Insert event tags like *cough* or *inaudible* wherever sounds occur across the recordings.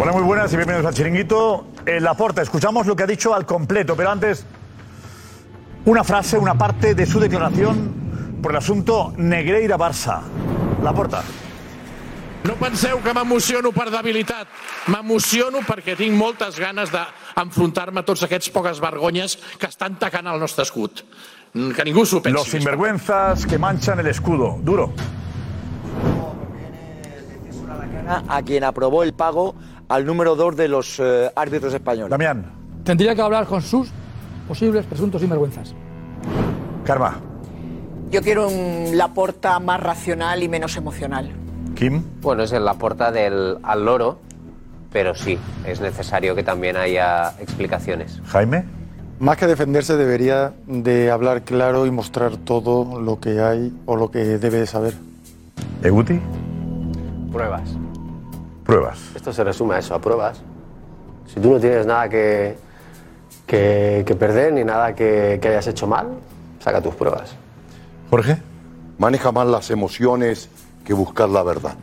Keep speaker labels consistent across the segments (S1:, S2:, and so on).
S1: Hola, muy buenas y bienvenidos al Chiringuito. En la porta escuchamos lo que ha dicho al completo, pero antes una frase, una parte de su declaración por el asunto Negreira-Barça. La porta.
S2: No penseu que m'emociono per debilitat. M'emociono perquè tinc moltes ganes d'enfrontar-me a tots aquests poques vergonyes que estan tacant el nostre escut. Mm, Que ningú s'ho pensi.
S1: Los sinvergüenzas que manchan el escudo. Duro.
S3: a quien aprobó el pago al número 2 de los eh, árbitros españoles.
S1: Damián.
S4: Tendría que hablar con sus posibles presuntos sinvergüenzas.
S1: Karma.
S5: Yo quiero un Laporta más racional y menos emocional.
S1: Kim.
S6: Bueno, es en la puerta del al loro, pero sí, es necesario que también haya explicaciones.
S1: Jaime.
S7: Más que defenderse debería de hablar claro y mostrar todo lo que hay o lo que debe de saber.
S1: Eguti.
S6: Pruebas.
S1: Pruebas.
S8: Esto se resume a eso, a pruebas. Si tú no tienes nada que, que, que perder ni nada que, que hayas hecho mal, saca tus pruebas.
S1: Jorge.
S9: Maneja más las emociones que buscar la verdad.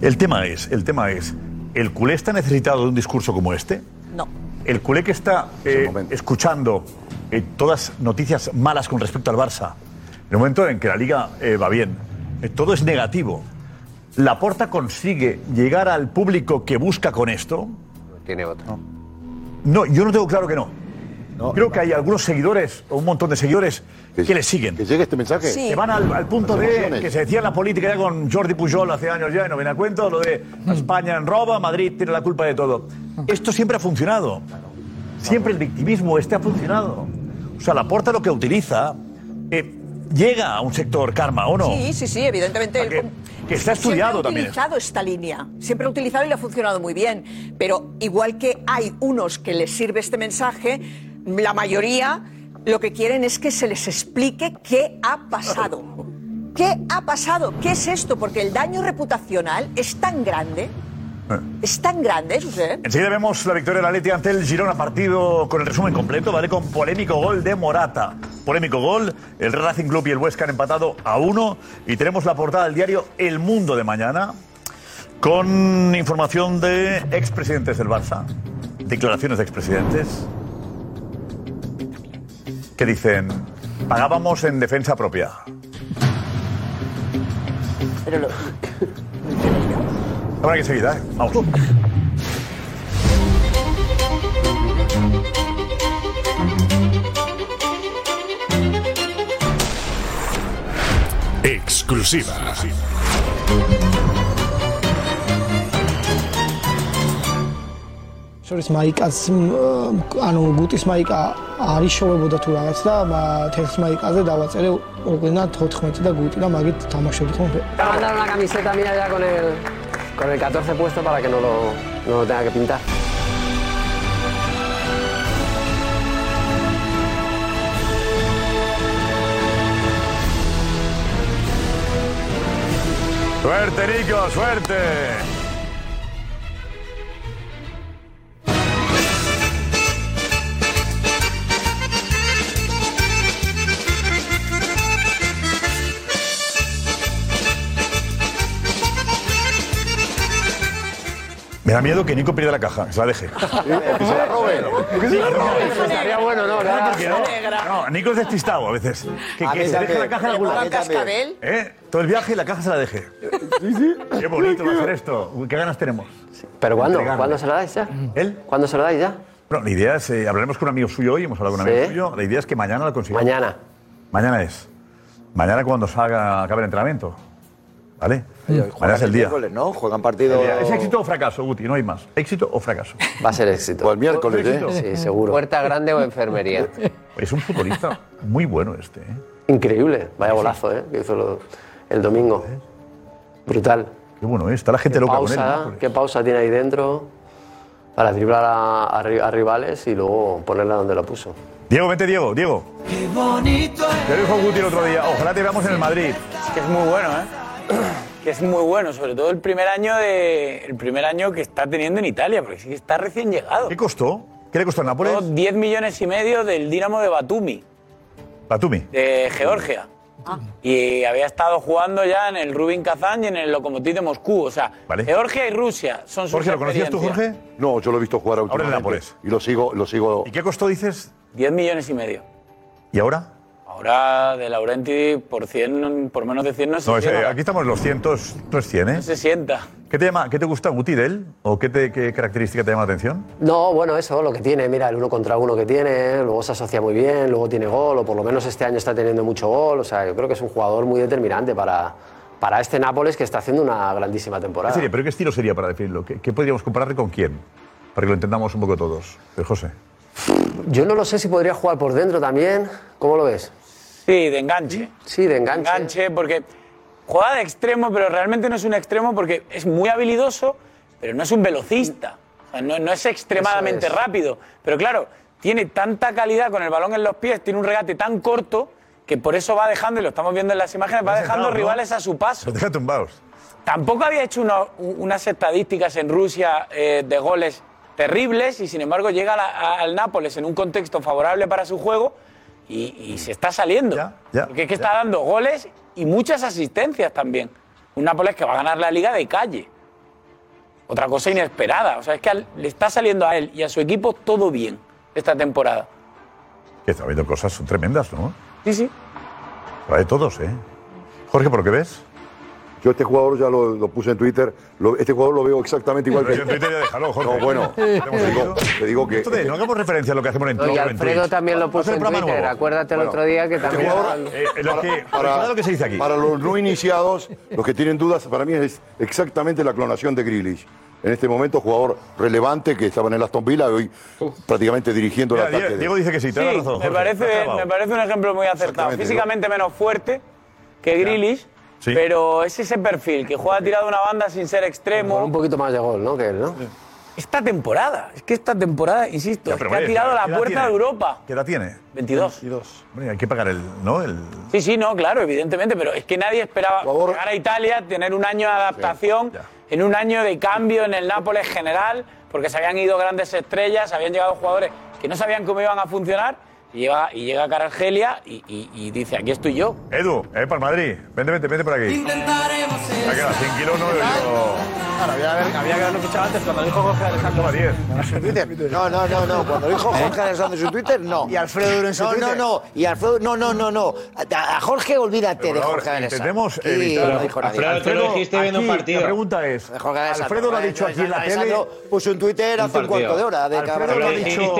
S1: El tema es, el tema es, ¿el culé está necesitado de un discurso como este?
S5: No.
S1: El culé que está eh, escuchando eh, todas noticias malas con respecto al Barça, en el momento en que la liga eh, va bien, eh, todo es negativo. ¿La porta consigue llegar al público que busca con esto?
S6: Tiene otra.
S1: No, yo no tengo claro que no. Creo que hay algunos seguidores, o un montón de seguidores, que, le siguen. Que
S9: llegue este mensaje.
S1: Que van al, al punto
S9: Las
S1: de
S9: emociones.
S1: que se decía en la política ya con Jordi Pujol hace años ya, y no viene a cuento, lo de
S9: Mm.
S1: España en roba, Madrid tiene la culpa de todo. Esto siempre ha funcionado. Siempre el victimismo este ha funcionado. O sea, la porta lo que utiliza eh, llega a un sector karma, ¿o no?
S5: Sí, sí, sí, evidentemente. él com-
S1: que está estudiado
S5: Siempre ha
S1: también.
S5: utilizado esta línea, siempre ha utilizado y le ha funcionado muy bien. Pero igual que hay unos que les sirve este mensaje, la mayoría lo que quieren es que se les explique qué ha
S1: *laughs*
S5: pasado. ¿Qué ha pasado? ¿Qué es esto? Porque el daño reputacional es tan grande,
S1: Eh.
S5: es tan grande, Josep.
S1: Enseguida vemos la victoria del Atleti ante el Girona, partido con el resumen completo, ¿vale? Con polémico gol de Morata. Polémico gol, el Racing Club y el Huesca han empatado a uno y tenemos la portada del diario El Mundo de mañana con información de expresidentes del Barça, declaraciones de expresidentes que dicen, pagábamos en defensa propia.
S5: Pero lo-
S1: Habrá que enseguida, ¿eh? Vamos.
S10: Exclusiva.
S4: შორის მაიკას მ, ანუ გუტის მაიკა არის შოვებოდა თუ რაღაც და მა, თეთრ მაიკაზე დავაწერე ოკლიდან 14 და გუტი და მაგით თამაშობდი ხოლმე.
S8: Te va a mandar una camiseta mía ya con el, con el 14 puesto para que no lo, no lo tenga que pintar.
S1: Suerte, Nico, suerte. Me da miedo que Nico pierda la caja, que se la deje.
S9: Que se la roben.
S1: Que se la roben.
S8: Estaría bueno, ¿no?
S1: Ah,
S8: Nada.
S1: porque no? No, Nico es despistado a veces. Que,
S8: A
S1: que
S8: mí
S1: se deje
S8: también.
S1: la caja en
S8: Le
S1: algún
S8: pongo
S1: lado.
S8: un cascabel.
S1: ¿Eh? Todo el viaje y la caja se la deje. Qué bonito va a ser esto. Uy, ¿Qué ganas tenemos?
S8: ¿Pero cuándo?
S1: Entregarme.
S8: ¿Cuándo se la dais ya?
S1: ¿Él?
S8: ¿Cuándo se la dais ya?
S1: Bueno, la idea es, eh, hablaremos con un amigo suyo hoy, hemos hablado con un
S8: Sí.
S1: amigo suyo. La idea es que mañana la consigamos.
S8: Mañana.
S1: Mañana es. Mañana cuando salga, acabe el entrenamiento. ¿Vale? mañana es el día.
S3: Miércoles, ¿no? Juegan partido.
S1: El día. ¿Es éxito o fracaso, Guti? No hay más. ¿Éxito o fracaso?
S8: Va a ser éxito.
S9: O el miércoles, ¿eh?
S1: Éxito. *laughs*
S8: Sí, seguro.
S6: Puerta grande o enfermería.
S1: Es un futbolista muy bueno este. ¿eh?
S8: Increíble. Vaya golazo, ¿eh? Que hizo lo- el domingo. Brutal.
S1: Qué bueno, ¿eh? está la gente
S8: ¿Qué
S1: loca con él.
S8: pausa,
S1: ¿no?
S8: qué pausa tiene ahí dentro para driblar a, a ri- a rivales y luego ponerla donde la puso.
S1: Diego, vente, Diego, Oh, Diego. Te dijo Guti el otro día. Ojalá te veamos en el Madrid.
S11: Que es muy bueno, ¿eh? *clears throat* Que es muy bueno, sobre todo el primer año de el primer año que está teniendo en Italia, porque sí que está recién llegado.
S1: ¿Qué costó? ¿Qué le costó el Nápoles?
S11: Costó 10 millones y medio del Dinamo de Batumi,
S1: Batumi.
S11: de Georgia. Y había estado jugando ya en el Rubin Kazán y en el Lokomotiv de Moscú. O sea, Georgia y Rusia son sus experiencias.
S9: No, yo lo he visto jugar últimamente. Y lo sigo, lo sigo. ¿Y
S1: qué costó, dices?
S11: 10 millones y medio.
S1: ¿Y ahora?
S11: Ahora de Laurenti por 100, por menos de 100 no se
S1: No, es,
S11: llega.
S1: eh, aquí estamos en los cientos, no es 100, ¿eh?
S11: No se sienta.
S1: ¿Qué te, llama, ¿Qué te gusta Guti de él? ¿O qué, te- qué característica te llama la atención?
S8: No, bueno, eso, lo que tiene, mira, el uno contra uno que tiene, luego se asocia muy bien, luego tiene gol, o por lo menos este año está teniendo mucho gol, o sea, yo creo que es un jugador muy determinante para, para este Nápoles que está haciendo una grandísima temporada.
S1: ¿Qué sería? ¿Pero qué estilo sería para definirlo? ¿Qué, qué podríamos compararle con quién? Para que lo entendamos un poco todos. Pero José.
S8: Yo no lo sé si podría jugar por dentro también, ¿cómo lo ves?
S11: Sí, de enganche.
S8: Sí, de enganche.
S11: enganche, porque juega de extremo, pero realmente no es un extremo porque es muy habilidoso, pero no es un velocista. O sea, no, no es extremadamente
S8: Eso es.
S11: rápido. Pero claro, tiene tanta calidad con el balón en los pies, tiene un regate tan corto que por eso va dejando, y lo estamos viendo en las imágenes, va
S1: Los
S11: dejando
S1: tumbaos, ¿no?
S11: rivales a su paso.
S1: Los deja tumbados.
S11: Tampoco había hecho una- u- unas estadísticas en Rusia eh, de goles terribles y sin embargo llega a la- a- al Nápoles en un contexto favorable para su juego y, y se está saliendo.
S1: ya,
S11: Porque es que está dando goles y muchas asistencias también. Un Nápoles que va a ganar la liga de calle. Otra cosa inesperada. O sea, es que al- le está saliendo a él y a su equipo todo bien esta temporada.
S1: Que está viendo cosas tremendas, ¿no?
S11: Sí, sí.
S1: Para de todos, ¿eh? Jorge, ¿por qué ves?
S9: Yo este jugador ya lo, lo puse en Twitter. lo- este jugador lo veo exactamente igual que.
S1: Yo en Twitter ya déjalo, Jorge.
S9: No,
S1: *laughs*
S9: bueno. Te digo, te digo que.
S1: Esto de- no hagamos referencia a lo que hacemos en
S9: No, y
S1: Twitter.
S9: Alfredo
S6: también lo puso en Twitter, acuérdate el otro día que también-
S1: lo que- recordad lo que se dice aquí.
S9: Para los no iniciados, los que tienen dudas, para mí es exactamente la clonación de Grealish. En este momento, jugador relevante que estaba en el Aston Villa y hoy prácticamente dirigiendo el ataque. de-
S11: Sí, Me parece, me parece un ejemplo muy acertado.
S9: Exactamente,
S11: Físicamente menos fuerte que Grealish, pero es ese perfil que juega tirado a una banda sin ser extremo.
S8: Un poquito más de gol, ¿no? Que él, ¿no?
S11: Esta temporada, es que esta temporada, insisto, es que ha tirado a la puerta de Europa.
S1: ¿Qué edad tiene?
S11: 22.
S1: Hombre, hay que pagar el. ¿No? El,
S11: Sí, sí, no, claro, evidentemente, pero es que nadie esperaba llegar a Italia, tener un año de adaptación, en un año de cambio en el Nápoles general, porque se habían ido grandes estrellas, habían llegado jugadores que no sabían cómo iban a funcionar, y llega, y llega cara a Argelia y, y- y dice, aquí estoy yo.
S1: Edu, eh, para el Madrid. Vente, vente, vente por aquí. Aquí a 100 kilos no veo yo.
S10: había que haberlo fichado antes cuando dijo Jorge Alejandro.
S12: ¿En su Twitter? No, no, no, no. Cuando dijo Jorge Alessandro en su Twitter, no. Y Alfredo
S10: Duro en su
S12: no,
S10: Twitter.
S12: No, no, Y Alfredo, no, no, no, no. A, a Jorge, olvídate de Jorge Alessandro.
S1: Intentemos
S12: Aquí
S1: evitar.
S12: no dijo nadie.
S1: aquí, La pregunta es:
S12: Jorge Alessandro.
S1: Alfredo lo ha dicho aquí en la tele.
S12: Alessandro Puso en Twitter hace un cuarto de hora. De
S1: Alfredo
S12: cabrón.
S1: lo ha dicho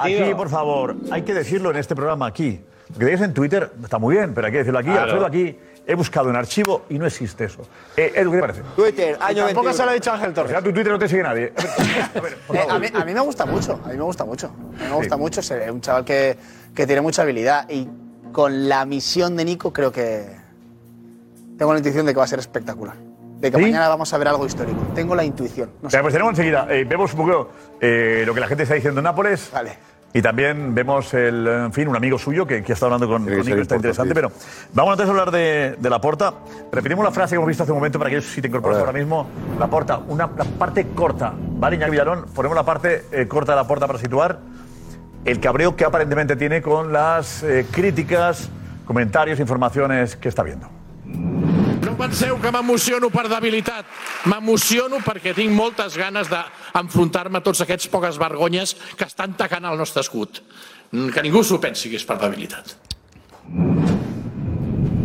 S1: Aquí, por favor, hay que decirlo en este programa aquí. Lo que digáis en Twitter está muy bien, pero hay que decirlo aquí.
S12: Claro.
S1: Alfredo, aquí he buscado en archivo y no existe eso. Eh, Edu, ¿qué te parece?
S12: Twitter, año
S1: Tampoco
S12: 21.
S1: se lo ha dicho Ángel Torres. Ya tu Twitter no te sigue nadie.
S10: Eh, a, mí, a mí me gusta mucho, a mí me gusta mucho. A mí me gusta mucho, es un chaval que, que tiene mucha habilidad y con la misión de Nico creo que tengo la intuición de que va a ser espectacular. De que
S1: ¿Sí?
S10: mañana vamos a ver algo histórico. Tengo la intuición. No sé.
S1: Venga, pues tenemos enseguida. eh, vemos un poco eh, lo que la gente está diciendo en Nápoles. Y también vemos, el, en fin, un amigo suyo que, que está hablando con, con Nico, está interesante. Pero vamos antes a hablar de, de la porta. Repetimos la frase que hemos visto hace un momento para que si te incorporas ahora mismo. La porta, una, la parte corta. Vale, Iñaki Villalón, ponemos la parte eh, corta de la porta para situar el cabreo que aparentemente tiene con las eh, críticas, comentarios, informaciones que está viendo.
S2: No penseu que m'emociono per debilitat. M'emociono perquè tinc moltes ganes d'enfrontar-me a tots aquests poques vergonyes que estan tacant el nostre escut. Mm, Que ningú s'ho pensi que és per debilitat.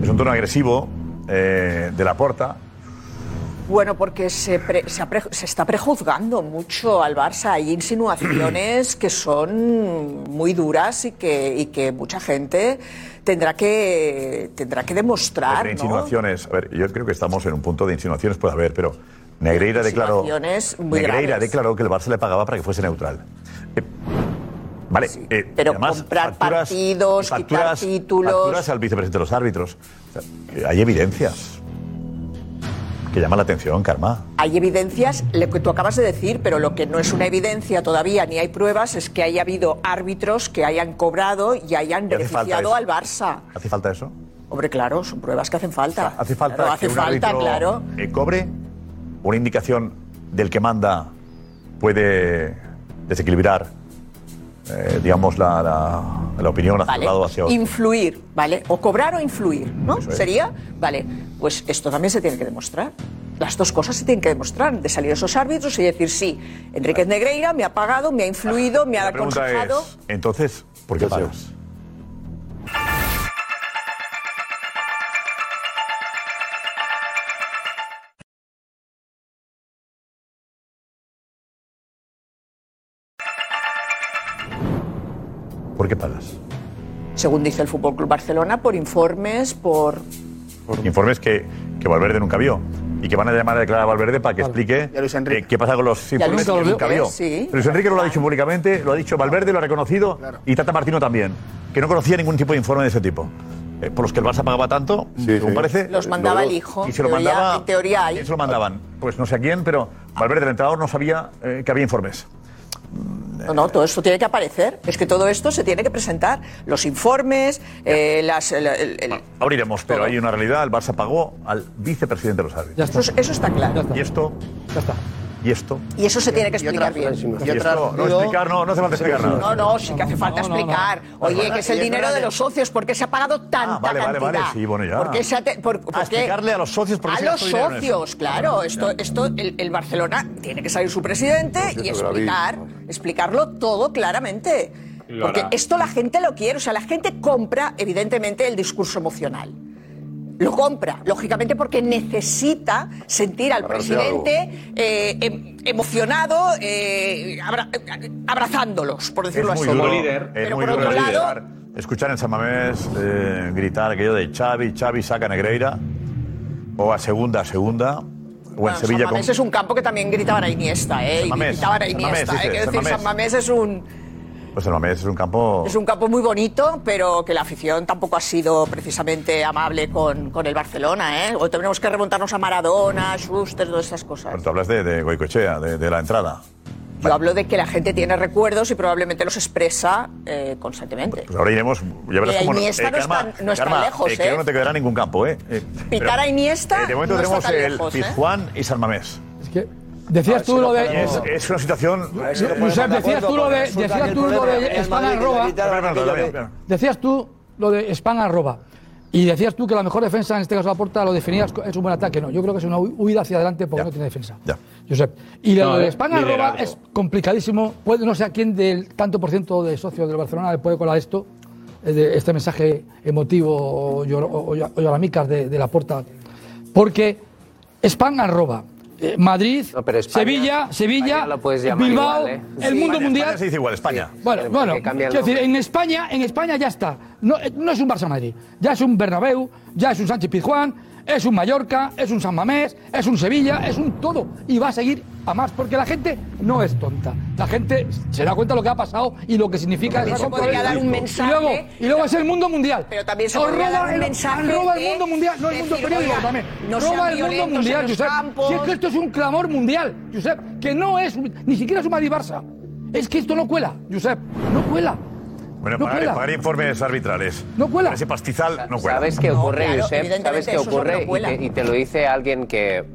S1: Es un tono agresivo eh, de la porta.
S5: Bueno, porque se, pre- se, ha pre- se está prejuzgando mucho al Barça. Hay insinuaciones que son muy duras y que, y que mucha gente tendrá que, tendrá que demostrar.
S1: Pero
S5: ¿no?
S1: insinuaciones. A ver, yo creo que estamos en un punto de insinuaciones, puede haber, pero Negreira declaró.
S5: Insinuaciones muy
S1: Negreira
S5: graves.
S1: declaró que el Barça le pagaba para que fuese neutral. Eh, vale, eh,
S5: Pero
S1: además,
S5: comprar
S1: facturas-
S5: partidos,
S1: facturas,
S5: quitar títulos.
S1: facturas al vicepresidente de los árbitros. O sea, eh, hay evidencias que llaman la atención, Karma.
S5: Hay evidencias, lo que tú acabas de decir, pero lo que no es una evidencia todavía ni hay pruebas es que haya habido árbitros que hayan cobrado y hayan
S1: hace falta
S5: beneficiado
S1: eso.
S5: al Barça.
S1: ¿Hace falta eso?
S5: Hombre, claro, son pruebas que hacen falta.
S1: ¿Hace falta
S5: Claro,
S1: que
S5: hace
S1: un
S5: falta,
S1: árbitro
S5: claro.
S1: eh, cobre? ¿Una indicación del que manda puede desequilibrar eh, digamos, la, la- la opinión hacia un
S5: Vale.
S1: lado hacia otro.
S5: Influir, ¿vale? O cobrar o influir, ¿no?
S1: Eso es.
S5: Sería, vale, pues esto también se tiene que demostrar. Las dos cosas se tienen que demostrar, de salir esos árbitros y decir, sí, Enriquez Negreira me ha pagado, me ha influido, me ha
S1: La pregunta
S5: aconsejado.
S1: es, entonces, ¿por qué pagas? ¿Por qué pagas?
S5: Según dice el Fútbol Club Barcelona, por informes, por.
S1: Informes que, que Valverde nunca vio. Y que van a llamar a declarar a Valverde para que explique eh, qué pasa con los
S5: Y a Luis
S1: informes que
S5: Enrique,
S1: nunca vio.
S5: Eh, sí.
S1: Luis Enrique no lo ha dicho públicamente, lo ha dicho Valverde, lo ha reconocido y Tata Martino también, que no conocía ningún tipo de informe de ese tipo. Eh, por los que el Barça pagaba tanto, según parece.
S5: Los mandaba el hijo.
S1: Y se lo
S5: teoría-
S1: mandaba
S5: En teoría hay.
S1: ¿Quién se lo mandaban? Pues no sé a quién, pero Valverde, el entrenador, no sabía eh, que había informes. Eh.
S5: No, no, todo esto tiene que aparecer. Es que todo esto se tiene que presentar. Los informes, eh, las. el- el-
S1: Ah.
S5: el-
S1: Abriremos, pero hay una realidad. El Barça pagó al vicepresidente de los árbitros.
S5: Eso, es- eso está claro.
S1: Y esto. Y esto.
S5: Y eso se tiene que explicar bien.
S1: Y esto. No explicar, no, no hace falta explicar nada.
S5: No, no, sí que hace falta explicar. Oye, que es el dinero de los socios, ¿por qué se ha pagado tanta
S1: Ah, vale, vale,
S5: cantidad?
S1: vale, sí, bueno, ya. Ah,
S5: ¿Por qué se ha te- por- por qué-
S1: explicarle a los socios por qué
S5: A
S1: se
S5: los
S1: gastó dinero en eso.
S5: socios, claro. Esto, esto, el, el Barcelona tiene que salir su presidente
S1: Por cierto,
S5: y explicar, explicarlo todo claramente.
S13: Lo
S5: Porque
S13: hará.
S5: esto la gente lo quiere, o sea, la gente compra, evidentemente, el discurso emocional. Lo compra, lógicamente, porque necesita sentir al
S13: Agarrarse
S5: presidente eh, em- emocionado, eh, abra- eh, abrazándolos, por
S1: Es
S5: decirlo
S1: muy
S5: así.
S1: duro, es
S5: Pero
S1: muy
S5: por
S1: duro
S5: otro lado,
S1: escuchar, escuchar en San Mamés eh, gritar aquello de Xavi, Xavi, saca a Negreira, o a segunda, a segunda, o en
S5: bueno,
S1: Sevilla
S5: San
S1: con...
S5: Mamés es un campo que también gritaban a Iniesta, ¿eh?
S1: San
S5: Y
S1: Mamés,
S5: gritaban a
S1: San
S5: Iniesta,
S1: Mamés,
S5: ¿eh?
S1: dices,
S5: Quiero
S1: San
S5: decir, San
S1: Mamés. Oh.
S5: Mamés es un,
S1: Pues San Mamés es un campo...
S5: es un campo muy bonito, pero que la afición tampoco ha sido precisamente amable con, con el Barcelona, ¿eh? O tenemos que remontarnos a Maradona, Schuster, todas estas cosas.
S1: Tú hablas de, de Goicoechea, de, de la entrada.
S5: Yo hablo de que la gente tiene recuerdos y probablemente los expresa eh, constantemente.
S1: Pues ahora iremos, ya verás
S5: Y a
S1: cómo...
S5: Eh,
S1: eh,
S5: Iniesta no está- no está lejos,
S1: que
S5: ¿eh?
S1: ahora no te quedará ningún campo, ¿eh? Eh, pero,
S5: Pitar a Iniesta
S1: eh, de momento
S5: no está
S1: tenemos
S5: tan
S1: el
S5: lejos, ¿eh?
S1: Pizjuán y San Mamés.
S14: Decías tú lo de.
S1: Es, es una situación...
S14: Josep, decías tú lo de, decías tú lo de España arroba. ¿eh? Decías tú lo de España arroba. Y decías tú que la mejor defensa, en este caso la porta, lo definías co- es un buen ataque. No, yo creo que es una hu- huida hacia adelante porque no tiene defensa. Josep. Y lo
S15: No,
S14: de
S15: eh,
S14: España arroba
S15: liderazgo.
S14: es complicadísimo. Puede, no sé a quién del tanto por ciento de socios del Barcelona le puede colar esto, eh, de este mensaje emotivo o, llor- o- o llor- o lloramicas de, de la porta. Porque España arroba. eh, Madrid, Sevilla, Sevilla,
S6: lo puedes llamar
S14: Bilbao,
S6: igual, ¿eh?
S14: el
S6: Sí.
S14: mundo
S6: España,
S14: mundial.
S1: España se dice igual, España.
S14: Bueno, bueno, quiero decir, en España, en España ya está. No, eh, no es un Barça Madrid, ya es un Bernabéu, ya es un Sánchez Pizjuán, es un Mallorca, es un San Mamés, es un Sevilla, es un todo. Y va a seguir a más, porque la gente no es tonta. La gente se da cuenta de lo que ha pasado y lo que significa
S5: También
S14: esa
S5: se podría
S14: controversia.
S5: dar un mensaje.
S14: Y luego, y luego es el mundo mundial.
S5: Pero también se
S14: Os
S5: podría
S14: roba
S5: dar un
S14: el-
S5: mensaje
S14: roba el
S5: de
S14: mundo mundial, no el mundo
S5: decir,
S14: periódico
S5: oiga,
S14: también.
S5: no sean
S14: roba el mundo
S5: violentos en
S14: mundial,
S5: los
S14: Josep.
S5: campos.
S14: Si es que esto es un clamor mundial, Josep, que no es ni siquiera es un Madrid Barça. Es que esto no cuela, Josep, no cuela.
S1: Bueno,
S14: No
S1: pagar,
S14: cuela.
S1: pagar informes arbitrales.
S14: No cuela.
S1: Ese pastizal no cuela.
S6: ¿Sabes qué ocurre,
S1: Josep?
S6: Josep? ¿Sabes qué ocurre? Y
S1: cuela.
S6: te, y te lo dice alguien que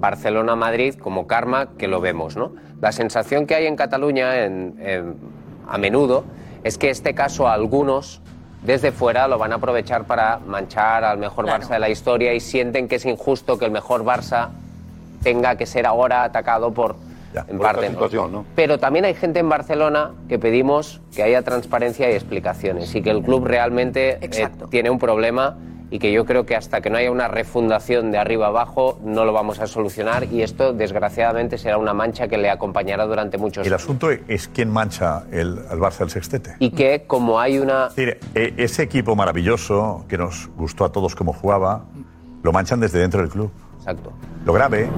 S6: Barcelona-Madrid, como karma, que lo vemos, ¿no? La sensación que hay en Cataluña en- en- a menudo es que este caso algunos desde fuera lo van a aprovechar para manchar al mejor Barça de la historia y sienten que es injusto que el mejor Barça tenga que ser ahora atacado por, en
S9: Por esta
S6: parte, ¿no?
S9: situación, ¿no?
S6: Pero también hay gente en Barcelona que pedimos que haya transparencia y explicaciones y que el club realmente eh, tiene un problema y que yo creo que hasta que no haya una refundación de arriba abajo no lo vamos a solucionar y esto desgraciadamente será una mancha que le acompañará durante muchos
S1: El asunto es quién mancha el, al Barça el sextete.
S6: Y que como hay una...
S1: E- ese equipo maravilloso que nos gustó a todos como jugaba, lo manchan desde dentro del club.
S6: Exacto.
S1: Lo grave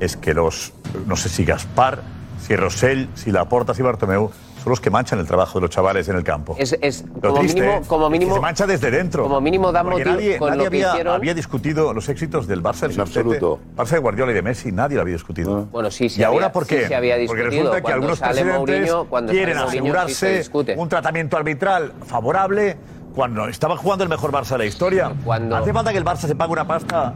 S1: es que los, no sé si Gaspar, si Rosell, si Laporta, si Bartomeu, son los que manchan el trabajo de los chavales en el campo.
S6: Es, es
S1: Lo
S6: como
S1: triste
S6: mínimo... Como
S1: es que
S6: mínimo
S1: se mancha desde dentro.
S6: Como mínimo da
S1: Porque
S6: motivo
S1: nadie,
S6: con
S1: nadie
S6: lo que
S1: había,
S6: hicieron...
S1: había discutido los éxitos del Barça en absoluto. Ah. Barça de Guardiola y de Messi, nadie lo había discutido.
S6: Bueno, sí, sí
S1: ¿Y
S6: había-
S1: ahora por
S6: sí
S1: qué?
S6: se había
S1: Porque
S6: discutido.
S1: resulta que
S6: Cuando
S1: algunos
S6: sale
S1: presidentes
S6: Mourinho- cuando sale
S1: quieren
S6: Mourinho sí se
S1: asegurarse
S6: discute.
S1: un tratamiento arbitral favorable cuando estaba jugando el mejor Barça de la historia. ¿Hace falta que el Barça se pague una pasta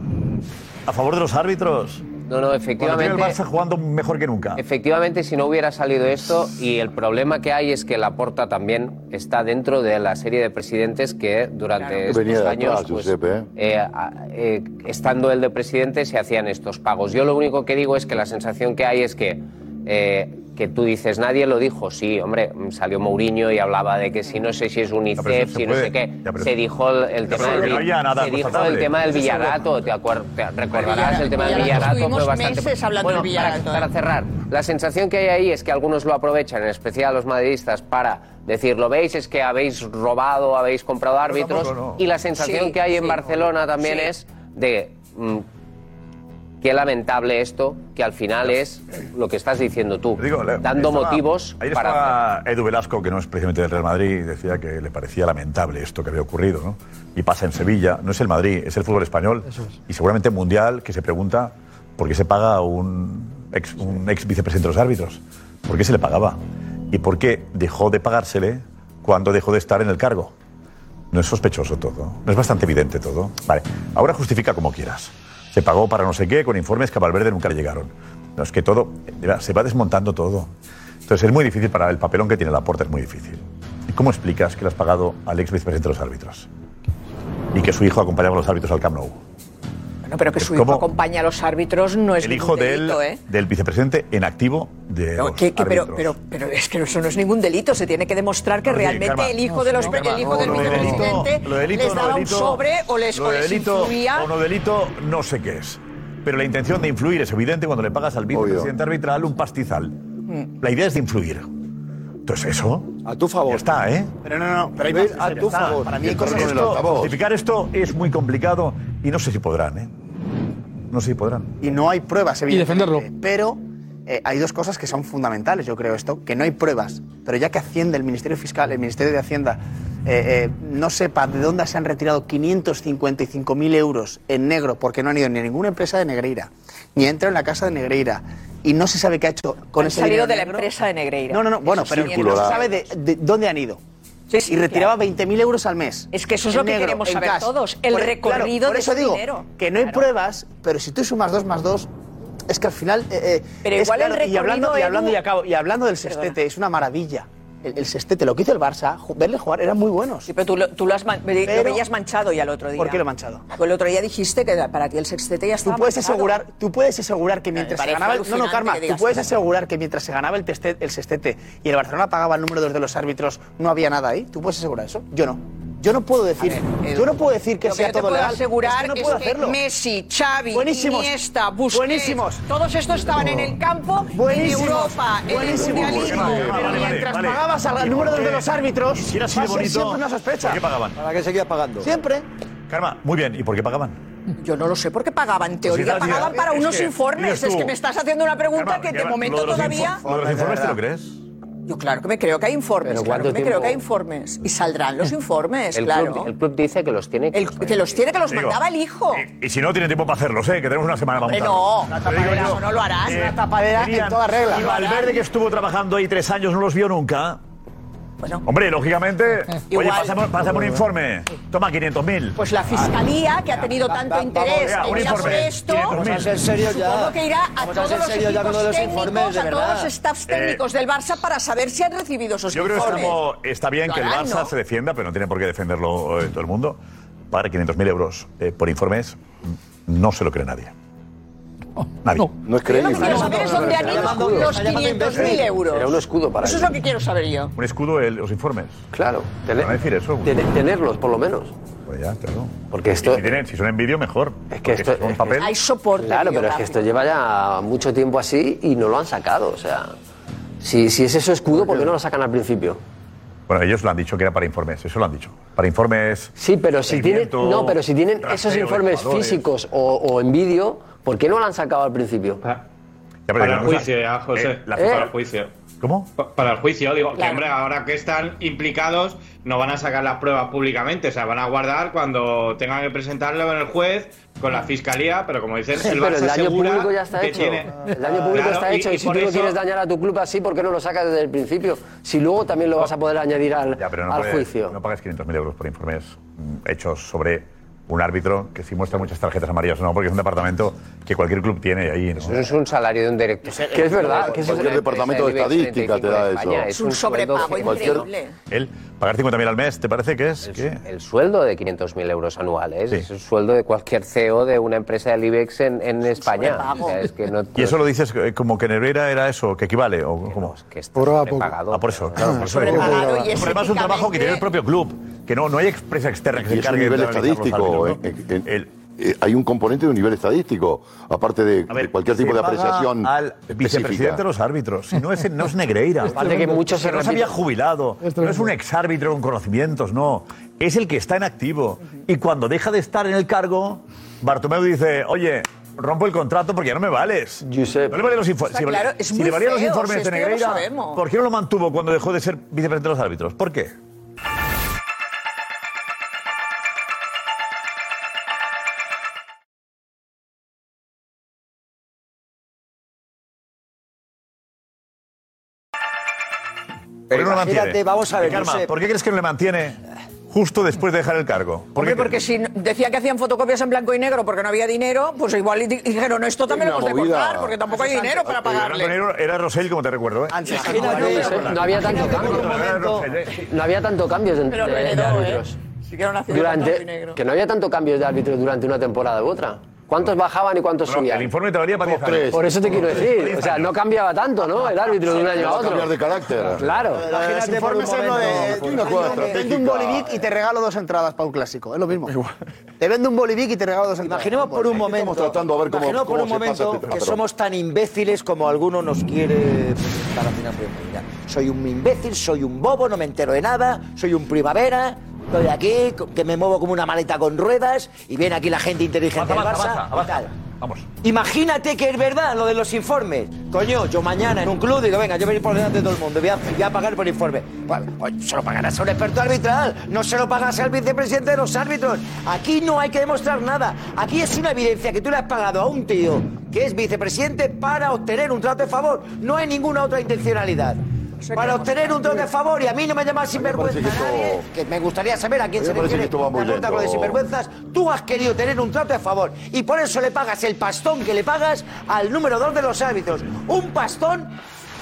S1: a favor de los árbitros?
S6: No,
S1: Cuando
S6: no,
S1: tiene
S6: efectivamente.
S1: el Barça jugando mejor que nunca.
S6: Efectivamente, si no hubiera salido esto, y el problema que hay es que Laporta también está dentro de la serie de presidentes que durante estos
S9: Venía de
S6: años,
S9: atrás,
S6: pues,
S9: Giuseppe, ¿eh?
S6: eh, a- eh, estando el de presidente, se hacían estos pagos. Yo lo único que digo es que la sensación que hay es que, eh, que tú dices, nadie lo dijo. Sí, hombre, mm, salió Mourinho y hablaba de que si no sé si es UNICEF,
S1: se
S6: si no
S1: puede.
S6: sé qué,
S1: Ya, pero-
S6: se dijo el, el
S1: Ya,
S6: tema
S1: pero
S6: del,
S1: que no haya nada
S6: se dijo el
S1: constatable.
S6: tema del
S1: Eso es bueno.
S6: Villarato, te, acuer- te recordarás el tema del
S5: Villarato,
S6: Villarato,
S5: estuvimos
S6: pero bastante...
S5: meses hablando
S6: Bueno,
S5: del Villarato,
S6: para- para
S5: ¿eh?
S6: cerrar, la sensación que hay ahí es que algunos lo aprovechan, en especial los madridistas, para decir, lo veis, es que habéis robado, habéis comprado árbitros.
S13: tampoco, no.
S6: Y la sensación
S13: Sí,
S6: que hay en
S13: sí.
S6: Barcelona también
S13: Sí.
S6: es de mm, qué lamentable esto, que al final es lo que estás diciendo tú, dando
S1: Estaba-
S6: motivos
S1: Ayer
S6: para...
S1: estaba Edu Velasco, que no es precisamente del Real Madrid, y decía que le parecía lamentable esto que había ocurrido, ¿no? Y pasa en Sevilla, no es el Madrid, es el fútbol español. Y seguramente mundial que se pregunta por qué se paga un ex, un ex vicepresidente de los árbitros, por qué se le pagaba y por qué dejó de pagársele cuando dejó de estar en el cargo. No es sospechoso todo, no es bastante evidente todo. Vale, ahora justifica como quieras. Se pagó para no sé qué con informes que a Valverde nunca le llegaron. No, es que todo, mira, se va desmontando todo. Entonces es muy difícil para el papelón que tiene la puerta, es muy difícil. ¿Y cómo explicas que le has pagado al ex vicepresidente de los árbitros? Y que su hijo acompañaba a los árbitros al Camp Nou.
S5: Bueno, pero que
S1: Es
S5: su hijo
S1: como
S5: acompaña a los árbitros no es
S1: el
S5: ningún
S1: hijo
S5: delito,
S1: del,
S5: ¿eh?
S1: del vicepresidente en activo de los
S5: Que- que- pero,
S1: árbitros.
S5: pero, pero es que eso no es ningún delito, se tiene que demostrar que
S1: No, sí,
S5: realmente
S1: Karma.
S5: el hijo,
S1: No,
S5: de los,
S1: sí,
S5: pre-
S1: Karma,
S5: el hijo
S1: no,
S5: del
S1: no, no,
S5: vicepresidente
S1: no, lo delito,
S5: les
S1: no,
S5: daba un
S1: delito,
S5: sobre o les,
S1: lo
S5: o
S1: de
S5: les
S1: delito,
S5: influía.
S1: O no delito, no sé qué es. Pero la intención de influir es evidente cuando le pagas al vicepresidente arbitral un pastizal.
S5: Mm.
S1: La idea es de influir. Entonces eso... A tu favor. está, ¿eh?
S10: Pero no, no, pero hay más.
S1: Ya está.
S10: Para mí hay
S1: Esto-
S10: cosas que
S1: esto- Justificar esto es muy complicado y no sé si podrán, ¿eh? No sé si podrán.
S10: y no hay pruebas,
S1: Y defenderlo.
S10: evidentemente. Pero eh, hay dos cosas que son fundamentales, yo creo esto, que no hay pruebas. Pero ya que Hacienda, el Ministerio Fiscal, el Ministerio de Hacienda, eh, eh, no sepa de dónde se han retirado 555.000 euros en negro porque no han ido ni a ninguna empresa de Negreira, ni entra en la casa de Negreira, y no se sabe qué ha hecho con
S5: Han
S10: ese
S5: salido
S10: dinero
S5: de la
S10: negro.
S5: empresa de Negreira.
S10: No, no, no, bueno,
S5: Eso
S10: pero
S5: sí,
S10: no se
S5: entonces-
S10: sabe de, de dónde han ido. y retiraba 20.000 euros al mes.
S5: Es que eso es
S10: En
S5: lo que
S10: negro,
S5: queremos
S10: en
S5: saber
S10: cash.
S5: todos, el
S10: Por- e-
S5: recorrido
S10: claro, por
S5: de
S10: eso
S5: ese
S10: digo
S5: dinero.
S10: que no hay pruebas, pero si tú sumas dos más dos, es que al final. eh, eh,
S5: Pero
S10: es
S5: igual el
S10: claro, y hablando,
S5: recorrido,
S10: y hablando
S5: Edu-
S10: y acabo, y hablando del sextete, es una maravilla. El, el sextete, lo que hizo el Barça, ju- verle jugar, eran muy buenos.
S5: Sí, pero tú lo, tú lo has man- lo
S10: Pero-
S5: veías manchado ya el otro día. Pues
S10: ¿Por qué lo he manchado?
S5: El otro día dijiste que para ti el sextete ya
S10: Tú
S5: estaba
S10: puedes,
S5: manchado.
S10: asegurar, tú puedes asegurar que mientras se
S5: parece
S10: ganaba el, no, no,
S5: alucinante
S10: Karma,
S5: que
S10: tú
S5: digas
S10: puedes
S5: eso.
S10: asegurar que mientras se ganaba el, testet- el sextete y el Barcelona pagaba el número dos de los árbitros, no había nada ahí. ¿Tú puedes asegurar eso? Yo no. Yo no puedo decir, yo no puedo decir que
S5: Lo
S10: sea
S5: que yo te
S10: todo
S5: puedo
S10: legal.
S5: asegurar
S10: es que no puedo hacerlo.
S5: Messi, Xavi,
S10: Buenísimos.
S5: Iniesta, Busquets,
S10: Buenísimos.
S5: todos estos estaban en el campo,
S10: Buenísimos.
S5: en Europa,
S10: Buenísimos.
S5: en el mundialismo.
S10: Vale, vale, vale, Mientras vale. pagabas al- al número dos de los árbitros,
S1: si era así de
S10: va a ser
S1: bonito,
S10: siempre una sospecha.
S1: ¿Por qué pagaban?
S12: ¿Para qué seguía pagando?
S10: Siempre.
S1: Karma, muy bien. ¿Y por qué pagaban?
S5: Yo no lo sé por qué pagaban. En teoría
S1: Pues sí,
S5: pagaban
S1: es
S5: para
S1: que-
S5: unos
S1: mira
S5: informes.
S1: tú.
S5: Es que me estás haciendo una pregunta que de
S1: Lo
S5: momento
S1: los
S5: todavía.
S1: infor- lo de los informes te lo crees?
S5: Yo claro que me creo que hay informes.
S6: Pero
S5: Claro que
S6: ¿cuánto
S5: me creo que hay
S6: tiempo?
S5: informes. Y saldrán
S1: Eh,
S5: los informes,
S6: El,
S5: claro.
S6: club, el club dice que los tiene que...
S5: El- que los tiene que los
S1: Digo, Eh,
S5: mandaba el hijo.
S1: Y si no, tienen tiempo para hacerlos, ¿eh? Que tenemos una semana para
S5: Hombre,
S1: montarlos.
S5: no, eso no lo harán.
S1: eh,
S10: tapadera en toda regla.
S1: Y Valverde, que estuvo trabajando ahí tres años, no los vio nunca. Hombre,
S5: *laughs*
S1: lógicamente. Oye,
S5: Igual.
S1: pásame, pásame un informe. Toma 500.000.
S5: Pues la fiscalía, que ha tenido tanto
S1: vamos,
S5: interés
S1: ya, un
S5: en ir a por
S1: informe.
S5: esto,
S1: Vamos a ser serios ya.
S5: supongo que irá a
S1: Vamos a
S5: todos
S1: ser
S5: los
S1: serios ya con
S5: equipos
S1: lo de los
S5: técnicos,
S1: informes, de
S5: a todos
S1: verdad.
S5: los staffs
S1: Eh,
S5: técnicos del Barça para saber si han recibido esos
S1: Yo creo que
S5: informes.
S1: estamos- está bien que el
S5: Lo harán,
S1: Barça
S5: ¿no?
S1: se defienda, pero no tiene por qué defenderlo eh, todo el mundo. Pagar 500.000 euros eh, por informes mm, no se lo cree nadie. Nadie. No,
S9: es
S5: Yo
S8: ¿eh?
S5: lo que quiero saber es dónde han ido los 500.000 euros.
S1: Era un escudo para
S5: Eso es
S1: ellos.
S5: lo que quiero saber yo.
S1: Un escudo, el- los informes.
S8: Claro.
S1: Van a decir eso.
S8: tenerlos, por lo menos.
S1: Pues ya, claro.
S8: Porque
S1: esto... si, tienen- si son en vídeo, mejor. Es que esto... un papel...
S5: Hay soporte
S8: Claro, pero es
S5: biográfico.
S8: que esto lleva ya mucho tiempo así y no lo han sacado. O sea, si, si es eso escudo, ¿por qué no lo sacan al principio?
S1: Pues, Bueno, ellos lo han dicho que era para informes, eso lo han dicho. Para informes...
S8: Sí, pero si tienen,
S1: seguimiento,
S8: no, pero si tienen
S1: rastreo
S8: esos
S1: de
S8: informes
S1: jugadores.
S8: físicos o, o en vídeo, ¿por qué no lo han sacado al principio?
S1: Ah, Ya, pero
S15: Para el
S1: digamos,
S15: juicio, ya, José.
S1: eh, la-
S15: Para el juicio.
S1: ¿Cómo?
S15: Para el juicio, digo, que
S1: Claro.
S15: hombre, ahora que están implicados, no van a sacar las pruebas públicamente, o sea, van a guardar cuando tengan que presentarlo con el juez, con la fiscalía, pero como dices, el
S8: *laughs* Pero
S15: Barça
S8: el daño
S15: asegura
S8: público ya está
S15: que
S8: hecho.
S15: tiene-
S8: El daño público
S15: Claro,
S8: está hecho. Y, si
S15: por
S8: tú no
S15: eso-
S8: quieres dañar a tu club así, ¿por qué no lo sacas desde el principio? Si luego también lo vas a poder añadir al,
S1: Ya, pero no
S8: al
S1: puede-
S8: juicio.
S1: No pagas 500.000 euros por informes mm, hechos sobre un árbitro que sí muestra muchas tarjetas amarillas o no, porque es un departamento que cualquier club tiene ahí. ¿no?
S6: Es un salario de un director.
S9: Que es verdad, que es Cualquier una departamento empresa de IBEX estadística 35 te da de España, eso. es un
S5: sobrepago
S9: increíble.
S1: Él, pagar 50.000 al mes, ¿te parece que es? ¿Qué?
S6: El sueldo de 500.000 euros anuales es el sueldo de cualquier CEO de una empresa del IBEX E en, en España.
S1: sobrepago.
S6: O sea, es que no,
S1: *laughs* ¿Y eso lo dices eh, como que Nereira era eso, que equivale? ¿O cómo?
S6: que está
S1: por
S6: sobrepagado.
S1: Ah, por eso. Claro, por eso.
S6: Sobrepagado y
S1: El problema es un trabajo que tiene el propio club, que no, no hay empresa externa que se
S9: Y es un
S1: encargue de
S9: nivel
S1: analizar los
S9: estadístico.
S1: árbitros, ¿no?
S9: eh, eh, eh, hay un componente de un nivel estadístico, aparte de, de cualquier tipo
S1: Se
S9: de
S1: paga
S9: apreciación
S1: al
S9: específica.
S1: vicepresidente de los árbitros. Si no es, no es Negreira.
S9: Es Aparte que tremendo. muchos se
S1: no se
S9: repiten.
S1: había jubilado.
S9: Es
S1: no es
S9: tremendo.
S1: un exárbitro con conocimientos, no. Es el que está en activo. Y cuando deja de estar en el cargo, Bartomeu dice, oye. Rompo el contrato porque ya no me vales. No le valían los informes.
S5: Está
S1: si valía-
S5: claro, es
S1: si
S5: muy
S1: le valían los
S5: feo,
S1: informes
S5: si
S1: de
S5: esto ya lo
S1: Negreira,
S5: sabemos.
S1: ¿por qué no lo mantuvo cuando dejó de ser vicepresidente de los árbitros? ¿Por qué?
S12: Pero
S1: ¿Por qué no lo
S12: imagínate,
S1: mantiene? Eh,
S12: vamos a ver,
S1: Karma,
S12: Josep.
S1: ¿Por qué crees que no le mantiene justo después de dejar el cargo? ¿Por
S5: Hombre,
S1: qué
S5: porque si decía que hacían fotocopias en blanco y negro porque no había dinero, pues igual y di- dijeron, esto también lo
S1: Una
S5: hemos de
S1: movida.
S5: cortar porque tampoco hay dinero para pagarle.
S1: Era, era Rosell, como te recuerdo. ¿eh?
S8: no había tanto cambio. No había tanto cambios de,
S5: Pero
S8: de-
S5: le
S8: de
S5: quedó, ¿eh?
S8: árbitros.
S5: Siguieron haciendo blanco y
S8: Durante,
S5: negro.
S8: que no había tanto cambios de árbitros durante una temporada u otra. ¿Cuántos bajaban y cuántos
S1: Bueno,
S8: subían?
S1: el informe te valía para
S8: Dos,
S1: 10 años.
S8: tres. Por eso te
S1: Dos,
S8: quiero
S1: tres.
S8: decir.
S1: Diez
S8: O sea, no cambiaba tanto, ¿no? El árbitro de un año a
S9: Va a
S8: otro.
S9: cambiar de carácter.
S8: Claro.
S9: Imagínate
S10: Imagínate por un
S9: informes en lo de-
S10: momento.
S9: Tiene una jugada
S10: Vendo un
S9: estratégica.
S10: bolivic y te regalo dos entradas para un clásico. Es lo mismo. Te vendo un bolivic y te regalo dos entradas.
S12: Imaginemos por un momento, imaginemos por un momento
S10: este
S12: que somos tan imbéciles como alguno nos quiere presentar a final de Mira, Soy un imbécil, soy un bobo, no me entero de nada, soy un primavera, estoy aquí, co- que me muevo como una maleta con ruedas y viene aquí la gente inteligente del
S1: Avanza,
S12: Barça.
S1: avanza,
S12: y tal.
S1: avanza. Vamos.
S12: Imagínate que es verdad lo de los informes. Coño, yo mañana en un club digo, venga, yo voy a ir por delante de todo el mundo, voy a, voy a pagar por informe. Pues, pues, se lo pagarás a un experto arbitral, no se lo pagas al vicepresidente de los árbitros. Aquí no hay que demostrar nada. Aquí es una evidencia que tú le has pagado a un tío que es vicepresidente para obtener un trato de favor. No hay ninguna otra intencionalidad. Para obtener un trato de favor y a mí no me llamas sinvergüenza
S9: parece que
S12: a nadie,
S9: esto-
S12: que me gustaría saber a quién
S9: A mí
S12: se
S9: me parece
S12: refiere
S9: que esto va muy
S12: la nota con lo de
S9: lento.
S12: sinvergüenza vergüenzas, tú has querido tener un trato a favor y por eso le pagas el pastón que le pagas al número dos de los árbitros. Un pastón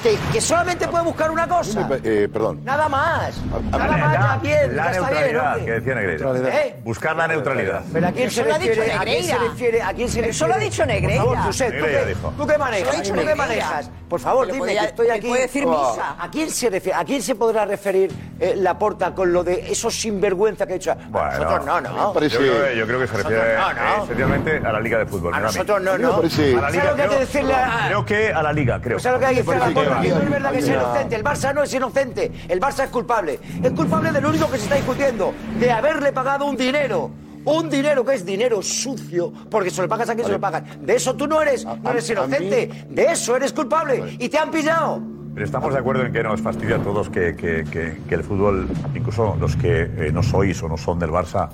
S12: que, que solamente puede buscar una cosa.
S9: Eh, perdón.
S12: Nada más. Nada más, ya bien, ya
S1: La
S12: está bien,
S1: neutralidad,
S12: hombre.
S1: que decía Negreira.
S12: ¿Eh?
S1: Buscar la neutralidad.
S12: Pero ¿a quién se
S5: Eso lo ha dicho
S12: refiere? ¿A quién se
S5: Negreira.
S12: refiere? ¿A quién se
S5: Pero
S12: refiere?
S5: eso lo ha dicho Negreira.
S12: Por favor, Josep, ¿tú
S1: Negreira
S12: qué,
S1: dijo.
S12: tú qué
S5: Eso lo ha
S12: manejas?
S5: dicho
S12: ¿Tú qué
S5: Negreira.
S12: manejas? Por favor,
S5: Pero
S12: dime
S5: podía-
S12: que estoy
S5: me
S12: aquí.
S5: puede decir misa.
S12: ¿A quién se refiere? ¿A quién se podrá referir eh, la porta con lo de esos sinvergüenza que ha hecho? A nosotros no, no.
S1: Yo creo, que- yo creo que se refiere
S12: Nosotros no,
S1: eh,
S12: no.
S1: esencialmente a la Liga de Fútbol.
S12: A
S1: no mí.
S12: nosotros no, A mí me ¿no? parece-
S1: A la Liga,
S12: ¿Sabes lo que hay
S1: creo,
S12: que decirle a-
S1: creo que a la Liga, creo.
S12: O sea, lo que hay que
S1: Me
S12: hacer a la
S1: parece
S12: porta,
S1: va.
S12: que no es verdad que es
S1: Hay una-
S12: inocente. El Barça no es inocente. El Barça es culpable. Es culpable del único que se está discutiendo, de haberle pagado un dinero. Un dinero que es dinero sucio, porque se lo pagas a quien se lo pagas. De eso tú no eres, no eres inocente. De eso eres culpable. Y te han pillado.
S1: Pero estamos de acuerdo en que nos fastidia a todos que, que- que- que el fútbol, incluso los que eh, no sois o no son del Barça,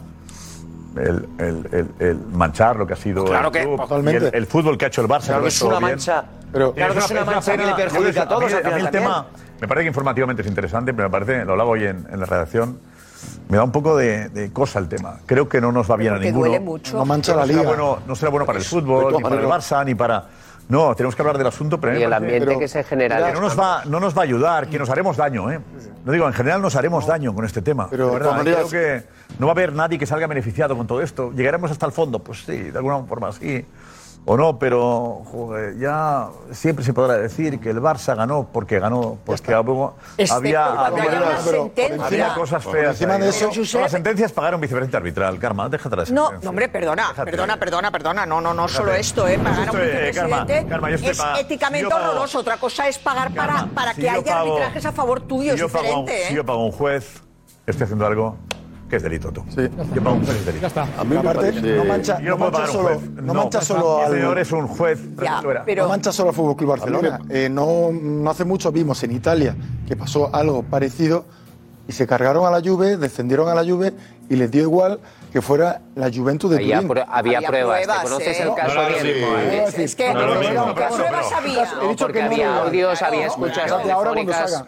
S1: el, el- el- el manchar lo que ha sido
S12: Claro
S1: el,
S12: que-
S1: club y
S12: totalmente.
S1: el, el fútbol que ha hecho el Barça.
S12: Claro que
S1: lo ha
S12: es
S1: hecho
S12: una
S1: bien.
S12: mancha. Pero- Claro que es una
S1: una
S12: mancha que le
S1: pena.
S12: perjudica
S1: Yo,
S12: a todos,
S1: mí-
S12: al
S1: mí
S12: final
S1: el
S12: también.
S1: tema me parece que informativamente es interesante, pero me parece, lo hablaba hoy en, en la redacción, me da un poco de, de cosa el tema. Creo que no nos va bien a
S5: Porque
S1: ninguno.
S5: duele mucho. No
S12: mancha
S1: Pero
S12: la
S1: será
S12: liga.
S1: bueno- no será bueno para el
S9: De
S1: fútbol,
S9: todas
S1: ni para el
S9: maneras-
S1: Barça, ni para. No, tenemos que hablar del asunto, ¿eh? pero a mí
S6: Y el
S1: me parece-
S6: ambiente que se genera.
S1: que no nos, va, no nos va a ayudar, que nos haremos daño, ¿eh? No digo, en general nos haremos daño con este tema.
S9: Pero,
S1: de verdad,
S9: de todas
S1: creo que no va a haber nadie que salga beneficiado con todo esto. ¿Llegaremos hasta el fondo? Pues sí, de alguna forma sí. O no, pero joder, ya siempre se podrá decir que el Barça ganó porque ganó, porque hubo-
S5: Excepto
S1: había,
S5: cuando haya
S1: había,
S5: una sentencia.
S1: había cosas
S5: Por
S1: feas.
S5: encima
S1: ahí. ¿eh?
S5: de eso-
S1: Con las sentencias pagaron vicepresidente arbitral, Karma, déjate la
S5: No,
S1: sentencia.
S5: no, hombre, perdona, perdona, perdona, perdona. No, no, no, solo esto, ¿eh? Pagar a un
S1: Esto, eh, Karma,
S5: vicepresidente
S1: Karma, yo estoy
S5: es
S1: pa-
S5: éticamente
S1: yo pago-
S5: horroroso. Otra cosa es pagar para, para
S1: si
S5: que
S1: yo
S5: haya
S1: pago-
S5: arbitrajes a favor tuyo,
S1: si yo
S5: es
S1: pago a un-
S5: diferente,
S1: Si
S5: ¿eh?
S1: yo pago a un juez, estoy haciendo algo que es delito tú. Yo pago a un juez, es delito. Ya está.
S7: A mí me Aparte, parece- no mancha-
S1: yo
S7: no
S1: puedo
S7: mancha
S1: pagar a un
S7: solo-
S1: juez.
S7: no mancha solo
S1: El
S7: al-
S1: señor es un juez. fuera.
S7: No mancha solo al Fútbol Club Barcelona. Eh, no, no hace mucho vimos en Italia que pasó algo parecido y se cargaron a la Juve, descendieron a la Juve y les dio igual que fuera la Juventus de
S6: Había
S7: Turín.
S6: prue- había Había pruebas, ¿te pruebas, conoces ¿eh? el caso bien? Es- es que- No, no, no, no, pero- pruebas había. No, porque había audios, había escuchas
S7: Ahora cuando
S6: telefónicas.
S7: salga,
S6: No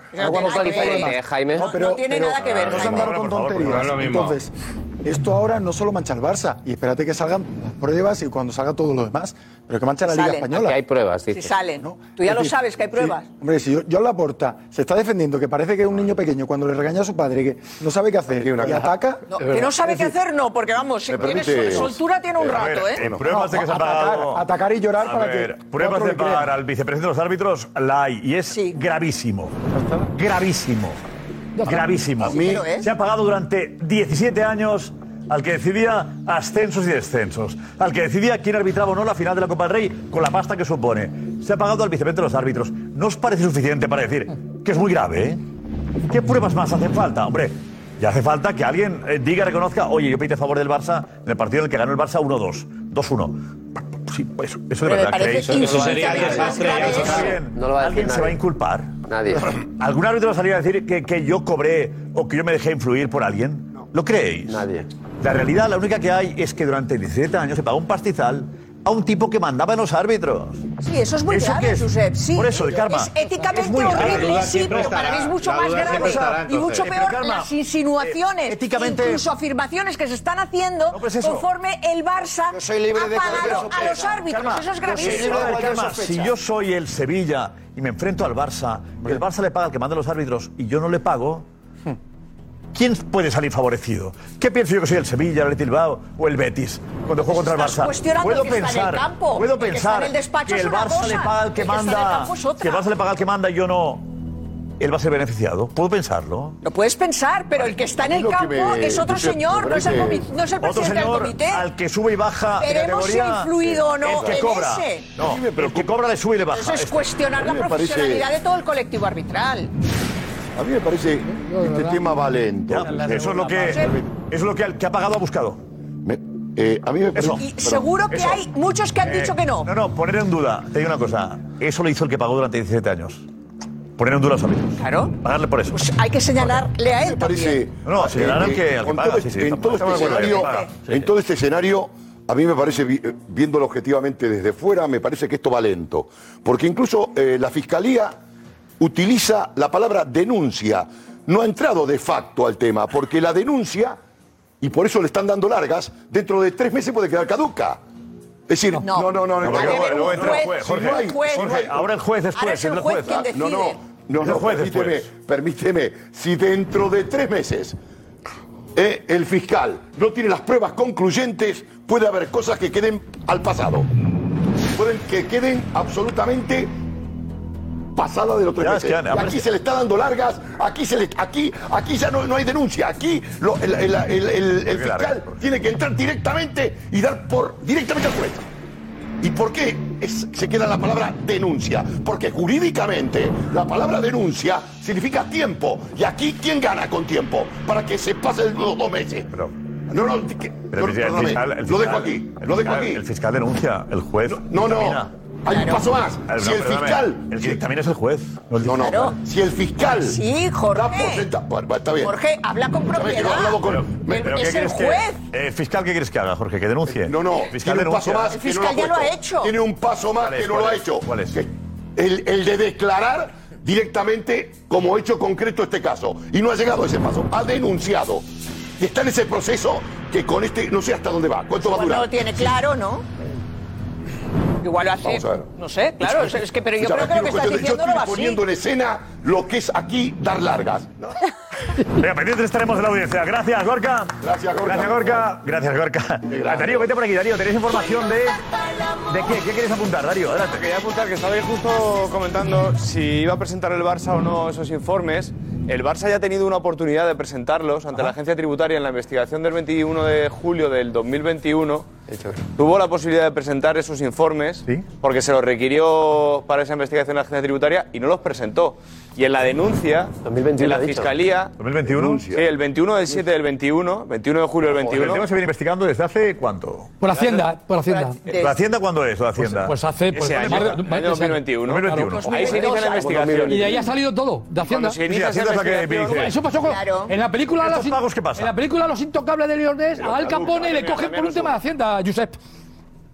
S6: tiene nada que ver,
S7: No se
S6: Jaime.
S7: andar con tonterías. Entonces, Esto ahora no solo mancha el Barça, y espérate que salgan las pruebas y cuando salga todo lo demás, pero que mancha la Liga
S5: Salen.
S7: Española.
S5: Que hay
S6: pruebas,
S5: Si salen. Tú ya
S7: Es
S5: lo
S7: decir,
S5: sabes que hay
S7: sí,
S5: pruebas.
S7: hombre, si yo, yo la porta se está defendiendo que parece que es un niño pequeño cuando le regaña a su padre que no sabe qué hacer y ataca.
S5: No, que no sabe qué hacer, no, porque vamos, si
S7: Me
S5: tienes
S7: permite-
S5: soltura tiene un
S7: Eh, a
S5: rato,
S1: ver,
S5: ¿eh?
S1: en pruebas de que se ha pagado.
S7: Atacar, atacar y llorar
S1: A
S7: para
S1: ver,
S7: que.
S1: pruebas
S7: otro
S1: de
S7: le crea.
S1: pagar al vicepresidente de los árbitros la hay y es gravísimo. Gravísimo. Gravísimo.
S9: A mí-
S1: Se ha pagado durante 17 años al que decidía ascensos y descensos, al que decidía quién arbitraba o no la final de la Copa del Rey con la pasta que supone. Se ha pagado al vicepresidente de los árbitros. ¿No os parece suficiente para decir que es muy grave? eh? ¿Qué pruebas más hacen falta? Hombre, ya hace falta que alguien eh, diga, reconozca, oye, yo pedí a favor del Barça en el partido en el que ganó el Barça 1-2, 2-1. Sí, pues, eso de
S6: Pero me
S1: verdad
S6: parece
S1: creéis.
S6: insuficiente.
S1: Eso sería desastre, ya lo sabéis.
S6: No lo va a decir
S1: ¿Alguien se
S6: nadie.
S1: va a inculpar?
S6: Nadie.
S1: ¿Algún árbitro va a salir a decir que, que yo cobré o que yo me dejé influir por alguien? ¿Lo creéis? Nadie. La realidad, la única que hay, es que durante 17 años se pagó un pastizal a un tipo que mandaba en los árbitros.
S5: Sí, eso es muy
S1: ¿Eso qué
S5: grave,
S1: es?
S5: Josep. Sí,
S1: Por eso, el karma.
S5: Es éticamente
S1: Es muy grave. La
S5: horrible,
S1: duda
S5: sí,
S1: siempre
S5: pero para
S1: estará.
S5: mí es mucho
S1: La
S5: más
S1: duda siempre
S5: grave.
S1: estará,
S5: y
S1: entonces.
S5: mucho
S1: Pero,
S5: peor
S1: Karma, eh,
S5: las insinuaciones,
S1: éticamente-
S5: incluso afirmaciones que se están haciendo
S1: pero es eso.
S5: conforme el Barça ha pagado a los árbitros. eso es gravísimo.
S1: A ver, Karma, si yo soy el Sevilla y me enfrento al Barça, y el Barça le paga al que manda los árbitros y yo no le pago, ¿quién puede salir favorecido? ¿Qué pienso yo que soy el Sevilla, el Athletic Bilbao o el Betis cuando juego contra el
S5: Estás
S1: Barça?
S5: cuestionando
S1: puedo
S5: el que está en el
S1: pensar,
S5: campo,
S1: puedo
S5: el que está
S1: pensar
S5: en el despacho
S1: que
S5: es
S1: el
S5: una
S1: Barça le
S5: cosa,
S1: paga al que
S5: el que está en el
S1: manda,
S5: campo es otra.
S1: que el Barça le paga al que manda y yo no. El Barça se beneficiado. Puedo pensarlo.
S5: Lo puedes pensar, pero el que está en
S1: A mí
S5: el
S1: lo que
S5: campo
S1: me-
S5: es otro
S1: Josep,
S5: señor, no es el,
S1: parece-
S5: comi- no es el
S1: Otro
S5: presidente
S1: señor
S5: del comité.
S1: al que sube y baja de
S5: Veremos si ha
S1: categoría.
S5: influido o no
S1: El que
S5: en
S1: cobra.
S5: ese.
S1: No, el que cobra le sube y le baja.
S5: Eso es
S1: Esto.
S5: cuestionar la
S9: A mí me parece-
S5: profesionalidad de todo el colectivo arbitral.
S9: A mí me parece que este tema va lento.
S1: Ya, eso es lo que, eso es lo que, el que ha pagado ha buscado.
S9: Eh, a mí me parece.
S1: Eso.
S5: Y seguro que
S1: Eso.
S5: hay muchos que han
S1: Eh,
S5: dicho que no.
S1: No, no, poner en duda. Te digo una cosa. Eso lo hizo el que pagó durante 17 años. Poner en duda a los amigos.
S5: Claro.
S1: Pagarle por eso.
S5: Hay que señalarle a él también.
S1: No, no, señalar al que, al que
S9: Con
S1: paga.
S9: todo
S1: sí,
S9: este-
S1: sí,
S9: Ah, En todo este
S1: estamos de acuerdo, al que
S9: escenario,
S1: paga.
S9: en todo este escenario, a mí me parece, vi- eh, viéndolo objetivamente desde fuera, me parece que esto va lento. Porque incluso eh, la fiscalía utiliza la palabra denuncia. No ha entrado de facto al tema, porque la denuncia, y por eso le están dando largas, dentro de tres meses puede quedar caduca. Es decir, no, no, no, no.
S1: No, porque
S9: no,
S1: luego-
S9: no,
S1: luego
S9: no,
S1: entra el juez,
S9: si no
S1: Jorge,
S9: hay-
S1: Jorge,
S9: si no hay-
S1: ahora el juez es Ahora juez, es el es el juez juez. quien
S9: Ah, No, no,
S1: decide.
S9: no,
S1: Es el
S9: no,
S1: juez
S9: permíteme,
S1: después.
S9: permíteme. Si dentro de tres meses eh, el fiscal no tiene las pruebas concluyentes, puede haber cosas que queden al pasado. Pueden que queden absolutamente pasadas de los tres
S1: Ya, es
S9: meses.
S1: que han-
S9: Y aquí se le está dando largas, aquí se le, aquí, aquí ya no, no hay denuncia, aquí lo- el, el- el- el- el fiscal tiene que entrar directamente y dar por directamente al juez. ¿Y por qué es- se queda la palabra denuncia? Porque jurídicamente la palabra denuncia significa tiempo. Y aquí, ¿quién gana con tiempo? Para que se pasen los dos meses. No, no, que-
S1: Pero
S9: no,
S1: el fiscal-
S9: perdóname,
S1: el fiscal-
S9: lo dejo aquí.
S1: el
S9: Lo dejo
S1: fiscal-
S9: aquí.
S1: El fiscal denuncia, el juez.
S9: No, no.
S1: dictamina.
S9: Hay un
S1: Claro.
S9: paso más.
S1: El-
S9: si
S1: no,
S9: el
S1: perdóname,
S9: fiscal.
S1: El que dictamina es el juez.
S9: No, no.
S1: Claro.
S9: Si el fiscal.
S5: Sí, Jorge.
S9: da por senta- bueno, está bien.
S5: Jorge, habla con
S9: Está bien, que lo he
S5: propiedad.
S9: hablado con- me-
S5: es el
S1: quieres que-
S5: juez.
S1: eh, fiscal, ¿qué quieres que haga, Jorge? Que denuncie. No, no. Fiscal
S9: tiene un
S1: denuncia.
S9: paso más
S5: El
S9: que no
S5: fiscal ya lo ha
S9: puesto.
S5: hecho.
S9: Tiene un paso más
S1: ¿Cuál es,
S9: que no
S1: cuál
S9: lo ha
S1: es,
S9: hecho. Que El, el de declarar directamente como hecho concreto este caso. Y no ha llegado a ese paso. Ha denunciado. Y está en ese proceso que con este no sé hasta dónde va. ¿Cuánto va a
S5: Igual no
S9: durar?
S5: lo tiene claro, ¿no? Igual lo hace.
S9: Vamos a ver.
S5: No sé, claro. es- Es que, pero yo
S9: Escuchame,
S5: creo que lo que
S9: quiero
S5: estás
S9: cuestión de-
S5: diciendo
S9: Yo
S5: no va
S9: estoy
S5: así.
S9: poniendo en escena lo que es aquí dar largas.
S1: *laughs* Venga, pendientes estaremos de la audiencia. Gracias, Gorka.
S9: Gracias, Gorka.
S1: Gracias, Gorka. Gracias, Gorka. Ah, Darío, vete por aquí, Darío. ¿Tenéis información de. ¿De qué? ¿Qué queréis apuntar, Darío? Adelante.
S13: Quería apuntar que estabais justo comentando si iba a presentar el Barça o no esos informes. El Barça ya ha tenido una oportunidad de presentarlos ante la agencia tributaria en la investigación del 21 de julio del 2021. Tuvo la posibilidad de presentar esos informes porque se los requirió para esa investigación la agencia tributaria y no los presentó. Y en la denuncia
S8: 2021
S13: de
S8: ha
S13: la
S8: dicho.
S13: fiscalía.
S1: 2021.
S13: Sí, el 21 del 7 del 21, 21 de julio del
S1: El
S13: 21.
S1: tema se viene investigando desde hace cuánto?
S14: Por Hacienda, por Hacienda.
S1: Eh, ¿La Hacienda cuándo es? ¿La Hacienda?
S14: Pues hace pues,
S13: Ese año,
S14: más de-
S13: año
S14: más de ese
S13: 2021.
S14: Claro,
S13: 2021. Ahí se inicia la investigación.
S14: Y de ahí ha salido todo, de Hacienda.
S13: Cuando se inicia Sí, esa Hacienda es la que investigación. pues, dice.
S14: Eso pasó con,
S13: Claro.
S14: en la película
S13: ¿Estos
S14: los, in-
S13: pagos qué pasa?
S14: En la película Los Intocables de Leonés,
S13: Pero
S14: a Al
S13: caduca,
S14: Capone le
S13: también,
S14: cogen
S13: también
S14: por un tema de Hacienda,
S13: *laughs*
S14: Josep.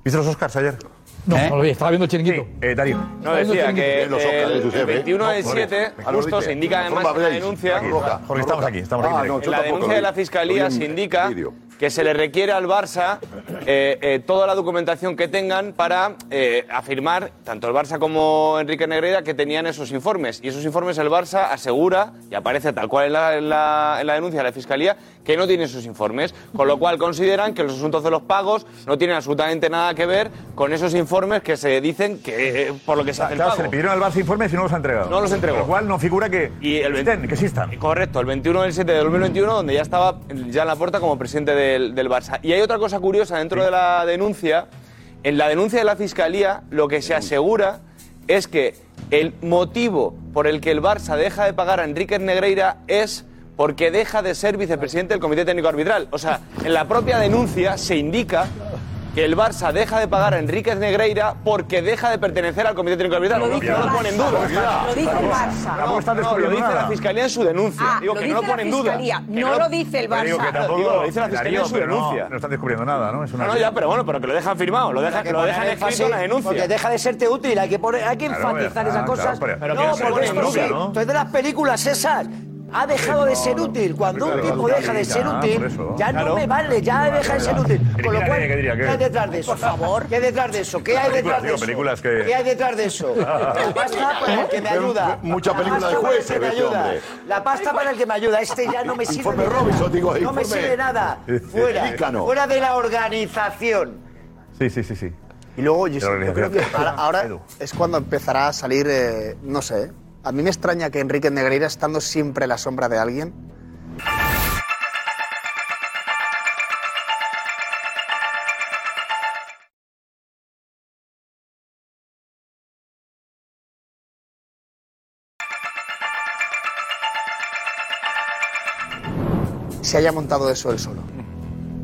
S1: ¿Viste los Oscars ayer?
S14: No, no lo vi, estaba viendo el chiringuito.
S1: Eh, Darío.
S13: No, decía pues, que el,
S1: Los Oscars,
S13: el
S1: Josep, ¿eh?
S13: 21 de
S1: No,
S13: 7,
S1: Jorge,
S13: justo
S1: Jorge,
S13: se indica
S1: Jorge,
S13: además en la
S1: Jorge,
S13: denuncia. Ah,
S1: Jorge, estamos aquí, estamos aquí.
S13: en la denuncia de la Fiscalía se indica que se le requiere al Barça eh, eh, toda la documentación que tengan para eh, afirmar, tanto el Barça como Enrique Negreira, que tenían esos informes. Y esos informes el Barça asegura, y aparece tal cual en la, en la- en la denuncia de la Fiscalía, que no tiene esos informes. Con lo cual consideran que los asuntos de los pagos no tienen absolutamente nada que ver con esos informes que se dicen que eh, por lo que se hace el
S1: Claro, se le
S13: pago.
S1: pidieron al Barça informes y no los ha entregado.
S13: No los entregó.
S1: Con Lo cual no figura que,
S13: Y el
S1: estén, que existan.
S13: Correcto, el 21 del 7 de 2021, donde ya estaba ya en la puerta como presidente del, del Barça. Y hay otra cosa curiosa dentro de la denuncia. En la denuncia de la Fiscalía, lo que se asegura es que el motivo por el que el Barça deja de pagar a Enrique Negreira es porque deja de ser vicepresidente del Comité Técnico Arbitral. O sea, en la propia denuncia se indica que el Barça deja de pagar a Enríquez Negreira porque deja de pertenecer al Comité Técnico Arbitral.
S5: Lo
S13: No
S5: dice
S13: lo
S5: el
S13: ponen en
S5: Barça,
S13: duda.
S5: lo dice el Barça.
S13: No, no, lo dice la Fiscalía en su denuncia.
S5: Ah,
S13: Digo
S5: lo
S13: que no lo
S5: dice la
S13: pone en duda.
S5: Fiscalía,
S13: Que
S5: no lo dice el
S13: Pero digo
S5: Barça.
S13: que tampoco-
S5: Digo,
S13: lo dice la Fiscalía en su
S1: pero no,
S13: denuncia.
S1: no están descubriendo nada, ¿no? Es una
S13: No, no, ya, pero bueno, pero que lo dejan firmado, lo dejan,
S12: que
S13: lo
S12: poner
S13: dejan escrito en la denuncia.
S12: Porque deja de serte útil, hay que, poner, hay que
S13: Claro, ah,
S12: enfatizar
S13: ya está,
S12: esas cosas.
S13: claro, pero- pero que
S12: no,
S13: no se
S12: porque
S13: pone en
S12: esto sí,
S13: duda, ¿no?
S12: entonces de las películas esas. Ha dejado de ser útil. Cuando un
S13: claro,
S12: tipo
S13: claro,
S12: deja de
S13: ya,
S12: ser
S13: por
S12: útil,
S13: eso.
S12: ya
S13: Claro.
S12: no me vale, ya
S13: Vale,
S12: deja de ser
S13: vale.
S12: útil.
S13: ¿Y
S12: Con lo
S13: qué
S12: cual,
S13: diría, qué diría, qué?
S12: ¿qué hay detrás de eso? Por favor. ¿Qué hay detrás de eso? ¿Qué hay detrás
S1: Películas,
S12: de
S1: digo,
S12: eso?
S1: películas que...
S12: ¿Qué hay detrás de eso? La pasta
S5: pues,
S12: para el que me
S9: Ve
S12: ayuda.
S9: mucha
S12: La
S9: película
S12: pasta
S9: de
S12: para el
S9: jueces,
S12: que me
S9: este
S12: ayuda.
S9: hombre.
S12: La pasta para el que me ayuda. Este ya no me sirve
S9: Informe
S12: de nada.
S9: Robinson, digo,
S12: No
S9: informe.
S12: me sirve de nada. Fuera.
S9: Pelícano.
S12: Fuera de la organización.
S1: Sí, sí, sí, sí.
S10: Y luego,
S1: yo
S10: Yo creo que ahora, ahora es cuando empezará a salir, eh, no sé, a mí me extraña que Enrique Negreira, estando siempre a la sombra de alguien, se haya montado eso él solo.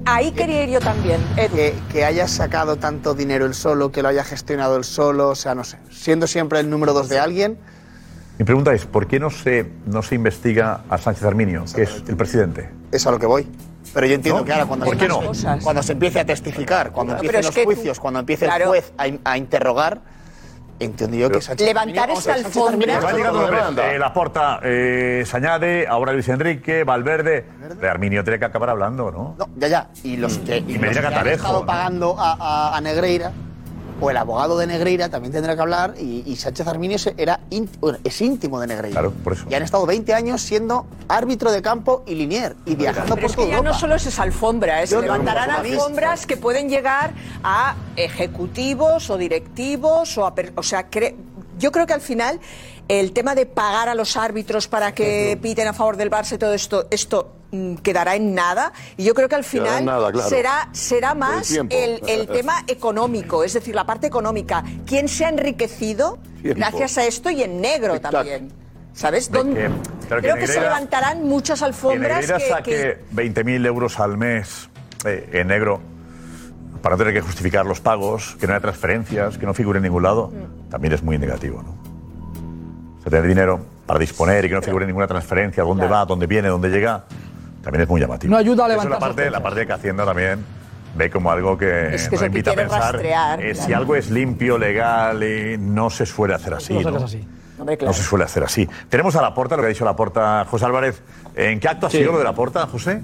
S5: Ahí quería ir yo también.
S10: Eh, Que, que haya sacado tanto dinero él solo, que lo haya gestionado él solo, o sea, no sé. Siendo siempre el número dos de alguien,
S1: Mi pregunta es, ¿por qué no se, no se investiga a Sánchez Arminio, que es el presidente?
S10: Es a lo que voy. Pero yo entiendo
S1: No,
S10: que ahora cuando
S1: ¿por
S10: se,
S1: qué no?
S10: cuando se empiece a testificar, cuando
S5: Claro,
S10: empiecen
S5: pero es
S10: los
S5: que tú-
S10: juicios, cuando empiece
S5: claro.
S10: el juez a, in- a interrogar, entiendo yo que Sánchez
S5: Levantar
S10: Arminio-
S5: esta
S10: o sea, Sánchez Arminio
S5: alfombra.
S10: está
S1: Ha llegado
S10: todo
S1: un
S10: de
S1: hombre,
S10: banda.
S1: eh, Laporta, eh, Sañade, ahora Luis Enrique, Valverde. De Arminio tiene que acabar hablando, ¿no? Mm.
S10: Ya, ya. Y los que,
S1: Y
S10: y
S1: me
S10: los
S1: dirá
S10: que han
S1: Catalejo,
S10: estado
S1: ¿no?
S10: pagando a, a- a Negreira, o el abogado de Negreira también tendrá que hablar, y, y Sánchez Arminio se- era ínt- bueno, es íntimo de Negreira.
S1: Claro, por eso.
S10: Y han estado 20 años siendo árbitro de campo y linier, y viajando
S5: Pero
S10: por
S5: es
S10: toda
S5: que ya
S10: Europa.
S5: no solo es esa alfombra, es
S10: Yo
S5: que
S10: no,
S5: levantarán
S10: no, no, no, no.
S5: alfombras que pueden llegar a ejecutivos o directivos o a per- o sea, cre- yo creo que al final el tema de pagar a los árbitros para que piten a favor del Barça y todo esto, esto mm, quedará en nada y yo creo que al
S9: Quedará en
S5: final
S9: nada, claro.
S5: será será
S9: Por el
S5: más el,
S9: tiempo.
S5: el tema económico, es decir, la parte económica, quién se ha enriquecido
S1: Tiempo.
S5: gracias a esto y en negro
S1: Tic-tac.
S5: también. ¿Sabes? Dónde-
S1: claro que
S5: Creo que se
S1: Negreira-
S5: levantarán muchas
S1: Que
S5: alfombras
S1: Negreira
S5: que- que
S1: saque 20.000 euros al mes eh, en negro para no tener que justificar los pagos, que no haya transferencias, que no figure en ningún lado,
S14: Mm.
S1: también es muy negativo, ¿no? O sea, tener dinero para disponer y que no figure ninguna transferencia, dónde va, dónde viene, dónde llega, también es muy llamativo.
S14: No ayuda a
S1: Eso es
S14: levantar
S1: la parte, la parte que Hacienda también ve como algo que,
S14: Es
S1: no
S14: que es lo que
S1: invita a
S14: quiere
S1: pensar
S14: rastrear,
S1: eh, si
S14: claro.
S1: algo es limpio, legal, y no se suele hacer así.
S14: lo sacas
S1: ¿no?
S14: así.
S1: No se suele hacer así. Tenemos a la puerta, lo que ha dicho la puerta José Álvarez. ¿En qué acto ha sido lo de la puerta, José?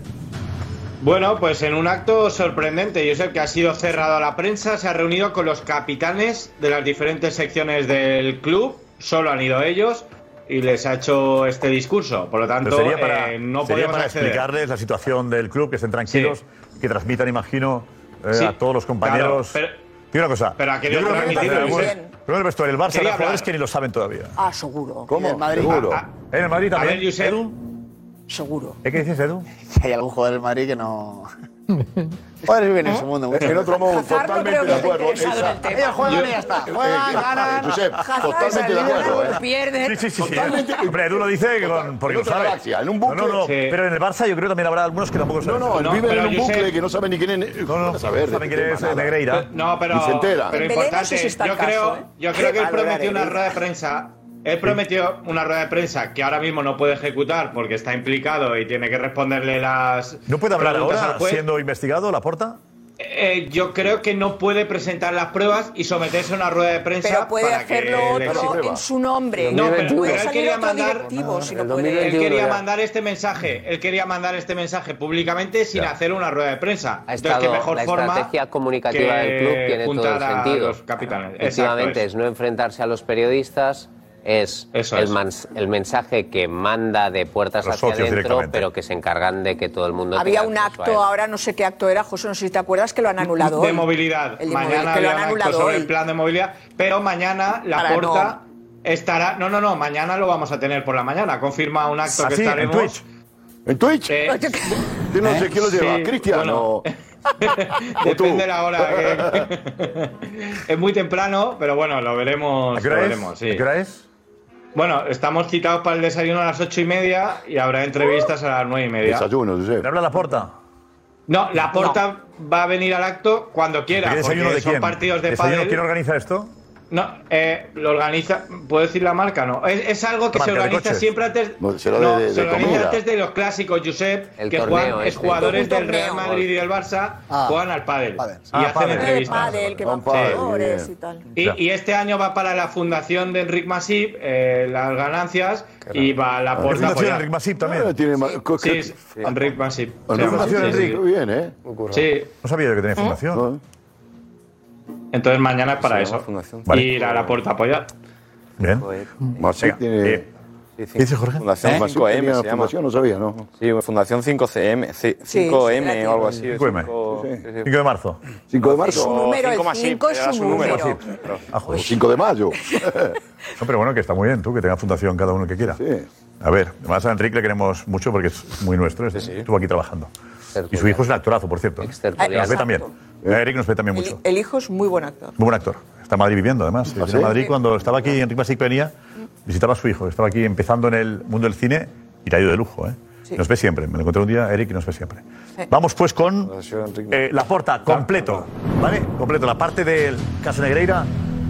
S15: Bueno, pues en un acto sorprendente, Josep, que ha sido cerrado a la prensa, se ha reunido con los capitanes de las diferentes secciones del club, solo han ido ellos y les ha hecho este discurso. Por lo tanto,
S1: Pero sería para,
S15: eh, no
S1: sería
S15: podíamos
S1: para
S15: acceder.
S1: explicarles la situación del club, que estén tranquilos, que transmitan, imagino, eh,
S15: Sí,
S1: a todos los compañeros.
S15: claro,
S1: Digo una cosa.
S15: pero ha querido
S1: yo creo que
S15: transmitirlo
S1: algunos-
S15: bien.
S1: creo que el vestuario del Barça,
S15: Quería
S1: hay jugadores
S15: hablar.
S1: que ni lo saben todavía.
S5: Ah, seguro.
S1: ¿Cómo?
S10: Y el Madrid.
S1: Seguro.
S10: Ah,
S1: ¿En el Madrid
S10: A
S1: también?
S10: ver, Josep.
S1: Edu.
S5: Seguro.
S1: ¿Eh, ¿Qué dices, Edu?
S10: Si hay algún jugador del Madrid *laughs*
S1: *laughs*
S10: que no. Jugadores viven en su mundo. mucho.
S9: En otro mundo,
S10: Hazard no
S9: totalmente
S10: creo
S9: de
S10: que esté
S9: acuerdo.
S10: interesado en el
S9: Esa-
S10: tema. Ellos juegan y ya está. Juegan,
S9: Eh,
S10: ganan.
S9: Josep,
S10: Hazard es el
S9: totalmente de
S10: líder
S9: acuerdo.
S10: del
S9: ¿eh?
S1: Sí, sí, sí. sí.
S9: Totalmente.
S1: Hombre, Edu lo dice con, porque
S9: En
S1: lo
S9: otra
S1: sabe.
S9: galaxia, en un bucle.
S1: No, no, no.
S9: Sí.
S1: Pero en el Barça yo creo que también habrá algunos que tampoco
S9: No,
S1: saben.
S9: no, viven en un
S1: Josep,
S9: bucle que no saben ni quién es. No, no, saber,
S1: saben quién es Negreira.
S15: No, pero,
S9: Ni se entera.
S15: pero importante, yo, creo, yo creo que él prometió una rueda de prensa. Él prometió una rueda de prensa que ahora mismo no puede ejecutar porque está implicado y tiene que responderle las.
S1: ¿No puede hablar
S15: preguntas
S1: ahora
S15: al juez.
S1: siendo investigado la porta?
S15: eh, yo creo que no puede presentar las pruebas y someterse a una rueda de prensa.
S5: Pero puede
S15: para que
S5: hacerlo
S15: le
S5: otro
S15: exijan.
S5: en su nombre.
S15: No, pero-
S5: puede
S15: pero él
S5: salir
S15: quería
S5: otro
S15: mandar-
S5: directivo, si no
S15: Él
S5: puede.
S15: quería mandar este mensaje, él quería mandar este mensaje públicamente sin hacer una rueda de prensa.
S6: Ha
S15: Entonces, qué
S6: estado-
S15: mejor
S6: la
S15: forma
S6: estrategia
S15: que
S6: comunicativa del club tiene todo
S15: juntar
S6: el
S15: a
S6: sentido.
S15: los capitanes.
S6: Efectivamente,
S15: Exacto,
S6: es no enfrentarse a los periodistas, es el,
S15: es.
S6: mans- el mensaje que manda de puertas
S5: A los
S6: hacia
S5: socios
S6: adentro,
S5: directamente.
S6: pero que se encargan de que todo el mundo
S5: Había
S6: tenga
S5: un
S6: acceso a
S5: acto,
S6: él.
S5: ahora no sé qué acto era, José, no sé si te acuerdas, que lo han anulado.
S15: de
S5: hoy.
S15: movilidad.
S5: El de
S15: mañana
S5: movilidad, que lo
S15: había
S5: han
S15: un acto
S5: anulado
S15: sobre
S5: hoy.
S15: el plan de movilidad, pero mañana la
S5: Ahora no.
S15: porta estará. No, no, no, mañana lo vamos a tener por la mañana. Confirma un
S1: Ah,
S15: acto que
S9: Así, en
S15: estaremos.
S9: Twitch. ¿En Twitch?
S15: Eh,
S9: Yo no sé
S15: ¿Eh?
S9: quién lo lleva,
S15: Sí,
S9: Cristian
S15: bueno. *laughs*
S9: o-
S1: *laughs*
S9: o tú.
S15: Depende la hora. que- *laughs* es muy temprano, pero bueno, lo veremos.
S1: ¿A qué hora
S15: lo
S1: es?
S15: veremos, sí.
S1: ¿A qué hora es?
S15: Bueno, estamos citados para el desayuno a las ocho y media y habrá entrevistas a las nueve y media.
S9: Desayuno, sí.
S1: ¿Le habla la porta?
S15: No, la porta va a venir al acto cuando quiera.
S1: ¿Qué desayuno
S15: porque
S1: de
S15: son
S1: quién?
S15: partidos de
S1: ¿Desayuno
S15: pádel.
S1: quién organiza esto?
S15: No, eh, lo organiza. ¿Puedo decir la marca? No. Es, es algo que
S1: Marca de
S15: se organiza
S1: coches.
S15: siempre antes.
S9: No, será de- de-
S15: se
S9: de
S15: organiza
S9: comida.
S15: antes de los clásicos, Josep.
S6: El
S15: que
S6: torneo
S15: juegan, es
S6: este.
S15: jugadores
S6: Un
S15: del
S6: torneo.
S15: Real Madrid y del Barça
S6: Ah.
S15: juegan al pádel. Y
S6: Ah,
S15: hacen
S6: pádel.
S15: entrevistas.
S5: Padel, que
S13: Ah,
S5: van
S15: Sí.
S13: eh.
S5: jugadores y tal.
S15: Y, y este año va para la fundación de Enric Masip eh, las ganancias y va a la
S1: ¿Es
S15: puerta. a
S1: Fundación
S15: apoyar.
S1: Enric Masip también?
S15: Sí, es Enric Masip.
S1: Enric Masip, Enric,
S9: bien, ¿eh?
S15: Sí.
S1: No sabía yo que tenía fundación.
S15: Entonces mañana es para
S1: Pues Se
S15: eso.
S1: llama Fundación. Vale.
S15: Ir a la puerta a apoyar.
S1: Bien.
S13: Pues, Marcel
S1: Venga, eh, ¿Qué dice Jorge?
S13: Fundación
S1: ¿Eh?
S13: 5M
S1: Tenía
S13: se llama.
S1: fundación, no sabía, ¿no?
S13: Sí, Fundación 5CM, c-
S5: Sí,
S13: 5M
S5: sí,
S13: o algo así.
S1: 5M. 5 de marzo.
S13: 5 de
S5: marzo. Es un número, el cinco es un número. Pues
S9: *laughs*
S1: 5 de mayo. Ah, no, pero bueno, que está muy bien, tú, que tenga fundación cada uno el que quiera. A ver, además a Enrique le queremos mucho porque es muy nuestro, es- estuvo aquí trabajando. Y su hijo es un actorazo, por cierto. ¿eh?
S5: Extertuliano.
S1: Nos ve también. A Eric nos ve también mucho.
S5: El, el hijo es muy buen actor.
S1: Muy buen actor. Está en Madrid viviendo, además.
S5: ¿Ah,
S1: en
S5: sí?
S1: Madrid, cuando estaba aquí, Enrique Masip venía, visitaba a su hijo. Estaba aquí empezando en el mundo del cine y le ha ido de lujo. ¿eh? Nos ve siempre. Me lo encontré un día, Eric, y nos ve siempre. Vamos pues con eh, la porta, completo. ¿Vale? Completo. La parte del Casa Negreira,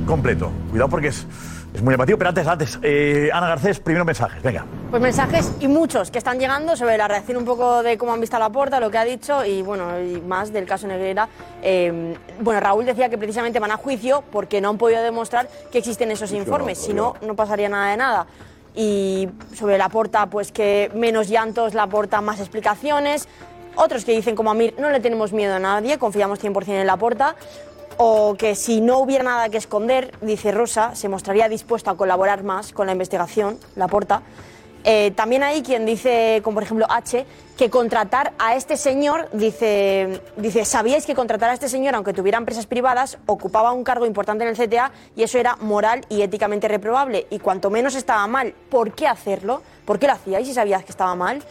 S1: completo. Cuidado porque es, es muy llamativo. Pero antes, antes, eh, Ana Garcés, primero mensajes. Venga.
S16: Pues mensajes y muchos que están llegando sobre la reacción un poco de cómo han visto a la puerta, lo que ha dicho y bueno, y más del caso Negreira. Eh, bueno, Raúl decía que precisamente van a juicio porque no han podido demostrar que existen esos informes, si no, no pasaría nada de nada. Y sobre la porta, pues que menos llantos, la porta más explicaciones. Otros que dicen como a Mir, no le tenemos miedo a nadie, confiamos 100% en la porta. O que si no hubiera nada que esconder, dice Rosa, se mostraría dispuesto a colaborar más con la investigación, la porta. Eh, también hay quien dice, como por ejemplo H, que contratar a este señor, dice, dice, sabíais que contratar a este señor, aunque tuviera empresas privadas, ocupaba un cargo importante en el CTA y eso era moral y éticamente reprobable. Y cuanto menos estaba mal, ¿por qué hacerlo? ¿Por qué lo hacíais si sabías que estaba mal?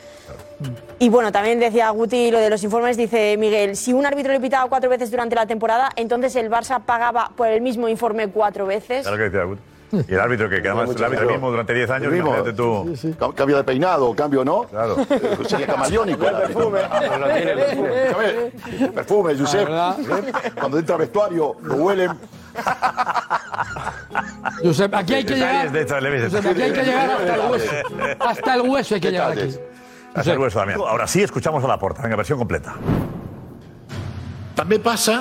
S16: Y bueno, también decía Guti lo de los informes, dice Miguel, si un árbitro le pitaba cuatro veces durante la temporada, entonces el Barça pagaba por el mismo informe cuatro veces.
S1: Claro que decía Gut. *laughs* Y el árbitro, que quedaba el árbitro mismo durante 10 años,
S9: El mismo.
S1: imagínate tú.
S9: Ca- Cambio de peinado, cambio, ¿no? Claro. Sería camaleónico. el árbitro. *laughs* A ver, Perfume, Josep. ¿Eh? Cuando entra al vestuario, lo huelen.
S14: Josep, aquí hay que
S1: Detalles
S14: llegar.
S1: de televisión.
S14: Josep, aquí hay que llegar hasta
S1: *laughs*
S14: el hueso. Hasta el hueso hay que llegar aquí.
S1: Hasta el hueso, Damián. Ahora sí, escuchamos a la porta. Venga, versión completa.
S2: També passa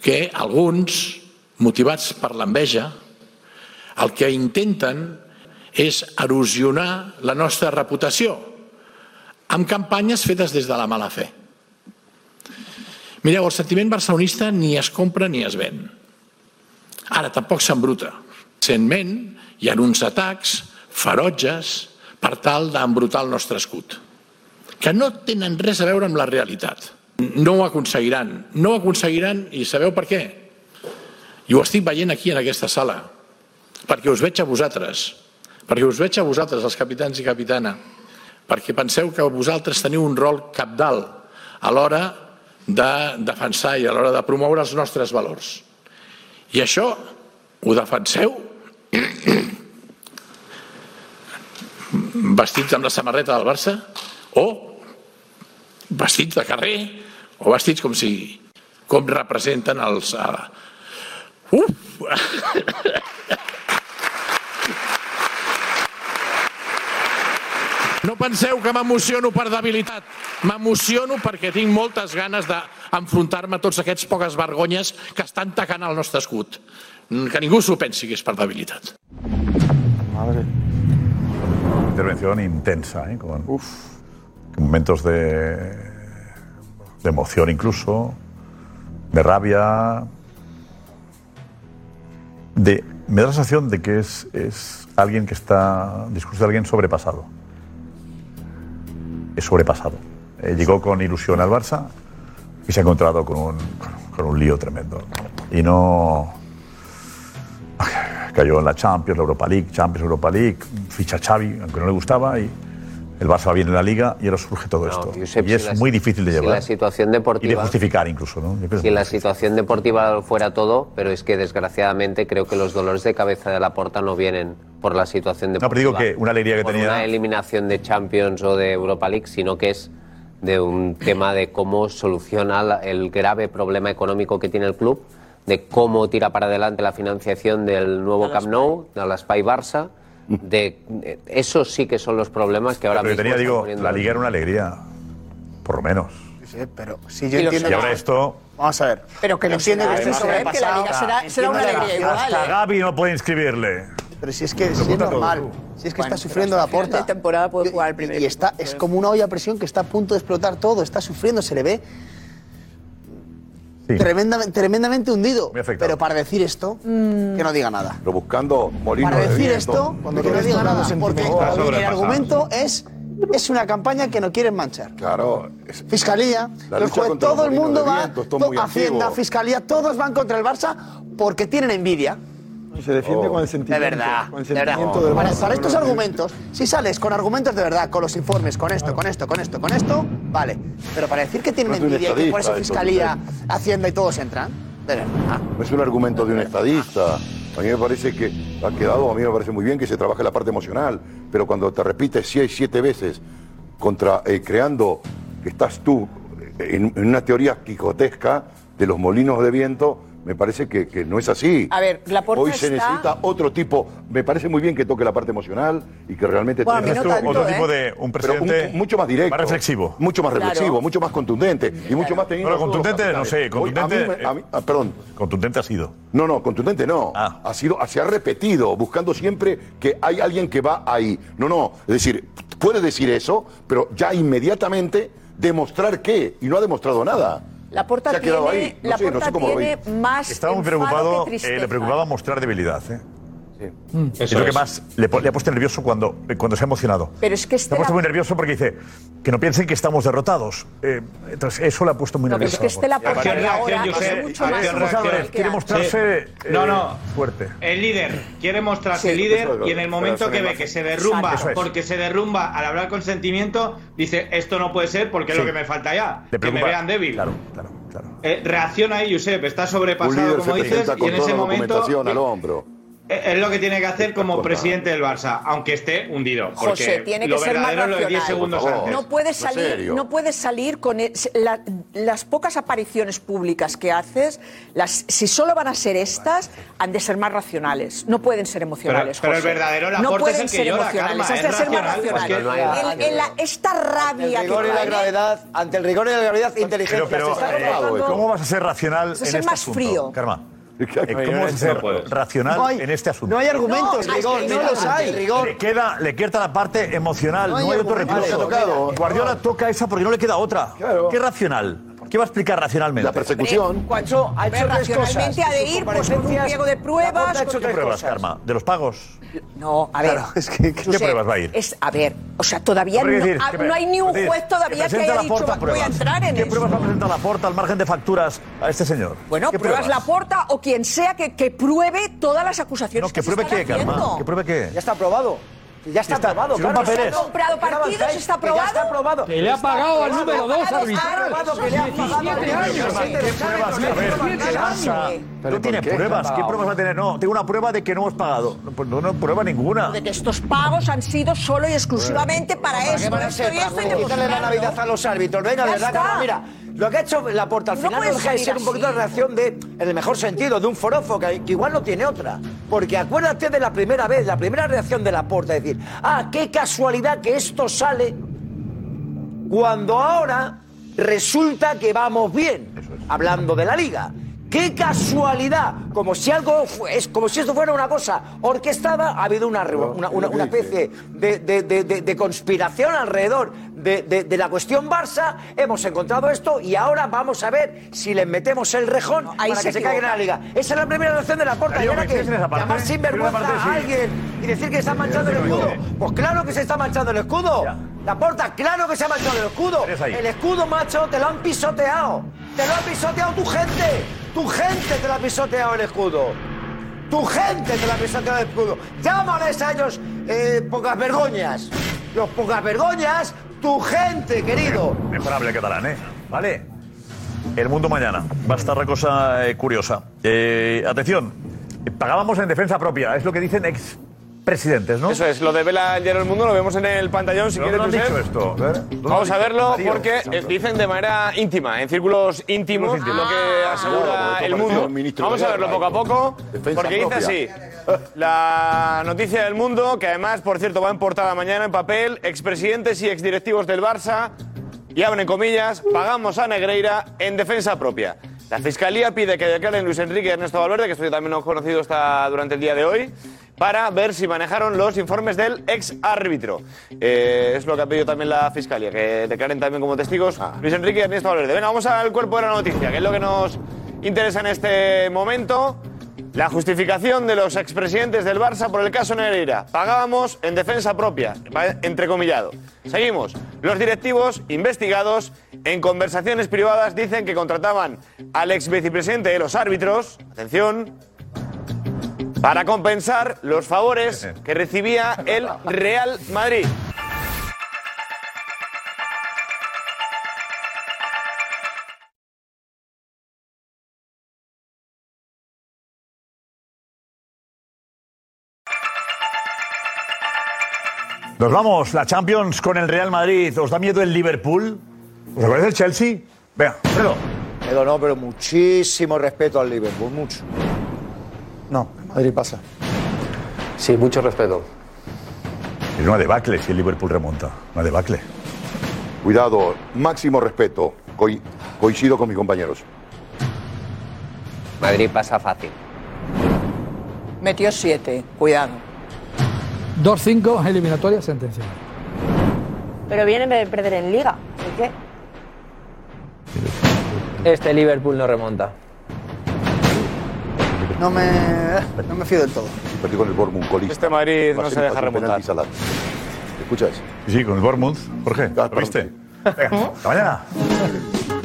S2: que alguns, motivats per l'enveja, el que intenten és erosionar la nostra reputació amb campanyes fetes des de la mala fe. Mireu, el sentiment barcelonista ni es compra ni es ven. Ara, tampoc s'embruta. Recentment hi ha uns atacs ferotges per tal d'embrutar el nostre escut, que no tenen res a veure amb la realitat. No ho aconseguiran. No ho aconseguiran i sabeu per què? I ho estic veient aquí en aquesta sala. Perquè us veig a vosaltres. Perquè us veig a vosaltres, els capitans i capitana. Perquè penseu que vosaltres teniu un rol capdalt a l'hora de defensar i a l'hora de promoure els nostres valors. I això ho defenseu *clears throat* vestits amb la samarreta del Barça o vestits de carrer o vestits com sigui, com representen els... eh, a-
S14: Uh.
S2: Uf! No penseu que m'emociono per debilitat. M'emociono perquè tinc moltes ganes d'enfrontar-me a tots aquests poques vergonyes que estan tacant el nostre escut. Mm, Que ningú s'ho pensi que és per debilitat.
S1: Madre. Intervención intensa, ¿eh? Con momentos de, de emoción incluso, de rabia. De, me da la sensación de que es, es alguien que está, discurso de alguien sobrepasado. Es sobrepasado. Eh, llegó con ilusión al Barça y se ha encontrado con un, con un lío tremendo. Y no, cayó en la Champions, la Europa League, Champions, Europa League, ficha Xavi, aunque no le gustaba, y el Barça va bien en la Liga y ahora surge todo esto.
S6: Josep,
S1: y
S6: si
S1: es
S6: la-
S1: muy difícil de
S6: si
S1: llevar
S6: la situación
S1: y de
S6: deportiva-
S1: justificar incluso, ¿no? Yo creo
S6: Si
S1: que-
S6: la situación deportiva fuera todo, pero es que desgraciadamente creo que los dolores de cabeza de la porta no vienen por la situación
S1: No, pero
S6: deportiva.
S1: digo que una alegría que
S6: por
S1: tenía-
S6: Una eliminación de Champions o de Europa League, sino que es de un tema de cómo soluciona la- el grave problema económico que tiene el club, de cómo tira para adelante la financiación del nuevo Camp Nou, de la Spy Barça. De, eh, esos sí que son los problemas que ahora
S1: Pero yo
S6: mismo
S1: tenía,
S6: están
S1: digo,
S6: poniendo
S1: la
S6: los-
S1: Liga era una alegría, por lo menos.
S10: Sí, pero si yo
S1: Y los
S10: entiendo.
S1: Y ahora esto-
S10: Vamos a ver. Pero que no Ah, entiendo que esté
S5: además,
S10: sobre
S5: ¿eh? que la liga será- será una alegría igual, ¿eh?
S1: Hasta Gaby no puede inscribirle.
S10: Pero si es que si es normal. Si es que está sufriendo la porta.
S5: La temporada puede jugar al primer.
S10: Y está, es como una olla a presión que está a punto de explotar todo. Está sufriendo, se le ve tremendamente, tremendamente hundido. Pero para decir esto,
S5: Mm.
S10: que no diga nada.
S9: Pero buscando molino eh,
S10: Para
S9: de
S10: decir
S9: viento.
S10: esto, cuando
S9: Que
S10: que no
S9: eres
S10: diga
S9: dorado,
S10: nada. Porque
S9: sentimiento. Está
S10: el
S9: sobrepasado.
S10: argumento es, es una campaña que no quieren manchar.
S9: Claro.
S10: Fiscalía,
S9: La
S10: los
S9: lucha
S10: jueces,
S9: contra los
S10: todo el
S9: molinos
S10: mundo
S9: de
S10: va,
S9: viento, esto es muy
S10: Hacienda,
S9: antiguo.
S10: Fiscalía, todos van contra el Barça porque tienen envidia.
S7: Y se defiende con el sentimiento.
S10: De verdad,
S7: Con el
S10: de verdad.
S7: sentimiento del
S10: para,
S7: Barça.
S10: para estos argumentos, si sales con argumentos de verdad, con los informes, con esto, con esto, con esto, con esto, vale. Pero para decir que tienen
S9: No es un
S10: envidia y que por eso
S9: estadista,
S10: Fiscalía, Hacienda y todos entran, de verdad.
S9: No es un argumento de un estadista. A mí me parece que ha quedado, a mí me parece muy bien que se trabaje la parte emocional, pero cuando te repites seis, siete veces contra eh, creando que estás tú eh, en, en una teoría quijotesca de los molinos de viento, me parece que, que no es así.
S5: A ver, la porta
S9: Hoy se
S5: está-
S9: necesita otro tipo. Me parece muy bien que toque la parte emocional y que realmente
S5: Bueno, a
S9: tenga
S5: mí no tanto,
S9: otro
S5: ¿eh?
S9: tipo de un presidente mucho más directo,
S1: más reflexivo,
S9: mucho más
S1: Claro.
S9: reflexivo, mucho más contundente y mucho más teniendo.
S1: Bueno,
S9: todos los
S1: contundente, no sé,
S9: capitales. Hoy a mí
S1: contundente,
S9: me- a mí- ah, perdón.
S1: Contundente ha sido. Ah.
S9: No, no, contundente no. Ha sido, se ha repetido, buscando siempre que hay alguien que va ahí. No, no, es decir, puede decir eso, pero ya inmediatamente demostrar qué, y no ha demostrado nada.
S5: La porta
S9: Se ha
S5: tiene,
S9: quedado ahí. No
S5: la
S9: sé, no
S5: Porta
S9: sé cómo lo
S5: tiene más
S1: Estaba muy
S5: enfado
S1: preocupado, eh,
S5: que tristeza.
S1: le preocupaba mostrar debilidad. ¿eh? Es
S15: Eso
S1: lo que
S15: es.
S1: más le, po- le ha puesto nervioso cuando, eh, cuando se ha emocionado.
S5: Pero es que
S1: Se
S5: este
S1: ha puesto
S5: la-
S1: muy nervioso porque dice que no piensen que estamos derrotados. Eh, entonces, eso le ha puesto muy
S5: No, pero
S1: nervioso.
S5: es que este la parte
S1: Acción,
S5: de ahora
S1: acción,
S5: es
S1: Josep,
S5: mucho más
S1: acción,
S5: emocional
S1: González,
S5: que
S1: Quiere
S5: antes.
S1: mostrarse
S15: Sí. No,
S1: eh,
S15: no.
S1: fuerte.
S15: El líder quiere mostrarse
S1: Sí.
S15: líder
S1: Eso es lo-
S15: y en el
S1: eso
S15: momento
S1: es una
S15: que ve
S1: imagen.
S15: que se derrumba,
S1: Eso es.
S15: porque se derrumba al hablar con sentimiento, dice esto no puede ser porque es
S1: Sí.
S15: lo que me falta ya,
S1: Le
S15: que me
S1: preocupa-
S15: vean débil.
S1: Claro,
S15: Eh, reacciona ahí, Josep, está sobrepasado, como dices, y en ese momento
S9: documentación al hombro.
S15: eh, es lo que tiene que hacer
S1: Pues
S15: como presidente del Barça, aunque esté hundido. Porque
S5: José, tiene que
S15: lo
S5: ser más
S15: verdadero es lo de 10
S5: racional.
S15: segundos antes.
S5: No puedes salir, no puedes salir con es- la- las pocas apariciones públicas que haces. Las, si solo van a ser estas, han de ser más racionales. No pueden ser emocionales.
S15: Pero- pero
S5: José.
S15: el verdadero
S5: no
S15: Laporte es
S5: pueden
S15: el que
S5: ser
S15: llora,
S5: emocionales.
S15: Carmen,
S5: Has de
S15: es
S5: ser más
S15: racional,
S5: racionales.
S15: porque no hay nada
S5: El-
S15: que
S5: el- la- esta
S12: Ante
S5: rabia
S12: el
S5: que
S12: rigor y la
S5: trae-
S12: gravedad, ante el rigor y la gravedad,
S1: Pero,
S12: inteligencia.
S1: pero,
S12: se está
S1: eh,
S12: colocando-
S1: ¿cómo vas a ser racional en
S12: Eso es
S1: este
S12: ser más
S1: asunto,
S12: frío. *laughs*
S1: Karma? Eh,
S12: Ay,
S1: ¿Cómo
S12: no,
S1: vas a
S12: no
S1: ser
S12: puedes.
S1: racional
S12: No hay-
S1: en este asunto?
S12: no hay argumentos, No, rigor, es que no los hay. Rigor.
S1: Le queda, le queda la parte emocional,
S12: No
S1: no
S12: hay
S1: hay, otro
S12: argumentos.
S1: recurso.
S12: Vale, tocado.
S1: Guardiola toca esa porque no le queda otra. ¿Qué racional? ¿Qué va a explicar racionalmente? La
S12: Hombre, Juancho ha hecho
S5: Hombre,
S12: tres cosas.
S5: racionalmente ha de
S12: En sus
S5: ir, pues, con un
S12: comparecencias,
S5: pliego de pruebas,
S12: Laporta ha
S5: con-
S12: hecho
S1: ¿Qué
S12: tres
S1: pruebas,
S12: cosas.
S1: Karma? ¿De los pagos?
S5: No, a ver.
S1: ¿Qué pruebas va a ir?
S5: Es, a ver, o sea, todavía no,
S1: Hombre, quiero decir,
S5: ah,
S1: que-
S5: no hay ni
S1: quiero
S5: un
S1: decir,
S5: juez todavía que
S1: presenta
S5: haya
S1: la
S5: dicho
S1: Porta
S5: "Va- voy a
S1: pruebas.
S5: entrar en
S1: ¿Qué
S5: eso.
S1: pruebas va a presentar la porta al margen de facturas a este señor?
S5: Bueno,
S1: ¿Qué
S5: pruebas la porta o quien sea que, que pruebe todas las acusaciones
S1: No, que
S5: se
S1: pruebe
S5: están
S1: qué, Karma.
S5: haciendo.
S1: ¿Que pruebe qué?
S12: Ya está aprobado. Ya está,
S1: está-
S12: aprobado.
S1: si son
S12: claro.
S1: papeles.
S12: Se han comprado partidos, está aprobado. Ya está aprobado.
S14: Que le ha pagado al número dos arbitral.
S12: Está aprobado que le ha pagado al
S14: años.
S12: número dos.
S1: ¿Qué pruebas? A ver,
S12: Siete
S1: el Barça
S12: años.
S1: no tiene
S5: por
S1: pruebas.
S5: qué? ¿Qué
S1: ¿Qué
S13: Ah,
S5: pagado?
S1: pruebas va a tener? No, tengo una prueba de que no hemos pagado. No, Pues no, no prueba ninguna.
S5: De que estos pagos han sido solo y exclusivamente para
S12: ¿Para
S5: eso.
S12: qué van a
S5: esto
S12: ser?
S5: y esto, y
S12: Para quitarle la
S5: demostrarlo.
S12: Navidad a los árbitros. Venga, de
S5: Ya
S12: verdad,
S5: está.
S12: Carlos, mira. Lo que ha hecho la porta al
S5: No
S12: final no
S5: puedes
S12: deja de
S5: salir
S12: ser un
S5: así.
S12: poquito la reacción de, en el mejor sentido, de un forofo, que, que igual no tiene otra. Porque acuérdate de la primera vez, la primera reacción de la porta, es decir, ah, qué casualidad que esto sale cuando ahora resulta que vamos bien, hablando de la liga. ¡Qué casualidad! Como si algo fu- es como si esto fuera una cosa orquestada, ha habido una, re- una, una- una especie de, de- de- de- de conspiración alrededor de, de- de la cuestión Barça. Hemos encontrado esto y ahora vamos a ver si les metemos el rejón
S5: ahí
S12: para
S5: se
S12: que se caigan en la
S5: equivoca.
S12: liga. Esa es la primera reacción de la porta. Y
S5: Darío,
S12: ahora que
S5: ¿coincides en esa parte?
S12: llamar sinvergüenza
S5: Primera parte,
S12: a
S5: sí.
S12: alguien y decir que está manchando el escudo. Pues claro que se está manchando el escudo. La porta, claro que se ha manchado el escudo.
S1: ahí.
S12: El escudo, macho, te lo han pisoteado. Te lo han pisoteado tu gente. Tu gente te lo ha pisoteado el escudo. Tu gente te lo ha pisoteado el escudo. Llámales a ellos eh, pocas vergoñas. Los pocas vergoñas, tu gente, querido.
S1: Mejorable el catalán, ¿eh? Vale. El mundo mañana. Va a estar la cosa eh, curiosa. Eh, atención. Pagábamos en defensa propia. Es lo que dicen ex presidentes, ¿no?
S13: Eso es, lo de Vela ayer el mundo lo vemos en el pantallón, si
S1: ¿Dónde
S13: quieres,
S1: lo han
S13: Josep.
S1: dicho esto? A ver, ¿dónde lo
S13: Vamos
S1: han
S13: a
S1: dicho?
S13: verlo
S1: Darío.
S13: porque eh, dicen de manera íntima, en círculos íntimos, lo que
S9: Ah,
S13: asegura el mundo.
S9: un ministro
S13: Vamos
S9: de
S13: a verlo poco
S9: guerra,
S13: a poco,
S9: Defensa
S13: porque dice
S9: propia.
S13: así. La noticia del mundo, que además, por cierto, va en portada mañana en papel, expresidentes y exdirectivos del Barça, y abren comillas, pagamos a Negreira en defensa propia. La Fiscalía pide que declaren Luis Enrique y Ernesto Valverde, que esto yo también lo he conocido hasta durante el día de hoy, para ver si manejaron los informes del ex árbitro. Eh, es lo que ha pedido también la Fiscalía, que declaren también como testigos Luis Enrique y Ernesto Valverde. Venga, vamos al cuerpo de la noticia, que es lo que nos interesa en este momento. La justificación de los expresidentes del Barça por el caso Negreira. Pagábamos en defensa propia, va entrecomillado. Seguimos. Los directivos investigados en conversaciones privadas dicen que contrataban al ex vicepresidente de los árbitros, atención, para compensar los favores que recibía el Real Madrid.
S1: Nos vamos, la Champions con el Real Madrid. ¿Os da miedo el Liverpool? ¿Os acordáis del Chelsea? Venga, Alfredo.
S12: Pero no, pero muchísimo respeto al Liverpool, mucho.
S7: No, Madrid pasa.
S8: Sí, mucho respeto.
S1: Es una debacle si el Liverpool remonta. Una debacle.
S9: Cuidado, máximo respeto. Coi- coincido con mis compañeros.
S6: Madrid pasa fácil.
S5: Metió siete, cuidado.
S14: 2-5, eliminatoria, sentencia.
S16: Pero viene de perder en Liga. ¿Por qué?
S17: Este Liverpool no remonta.
S10: No me, no me fío del todo.
S9: Perdí con el Bournemouth, colista.
S13: Este Madrid
S9: Va a
S13: no
S9: ser-
S13: se
S9: va a
S13: deja
S9: ser un
S13: remontar.
S9: penalti, Salah. ¿Escuchas?
S1: Sí, con el Bournemouth. Jorge, ¿lo viste? Venga, hasta mañana.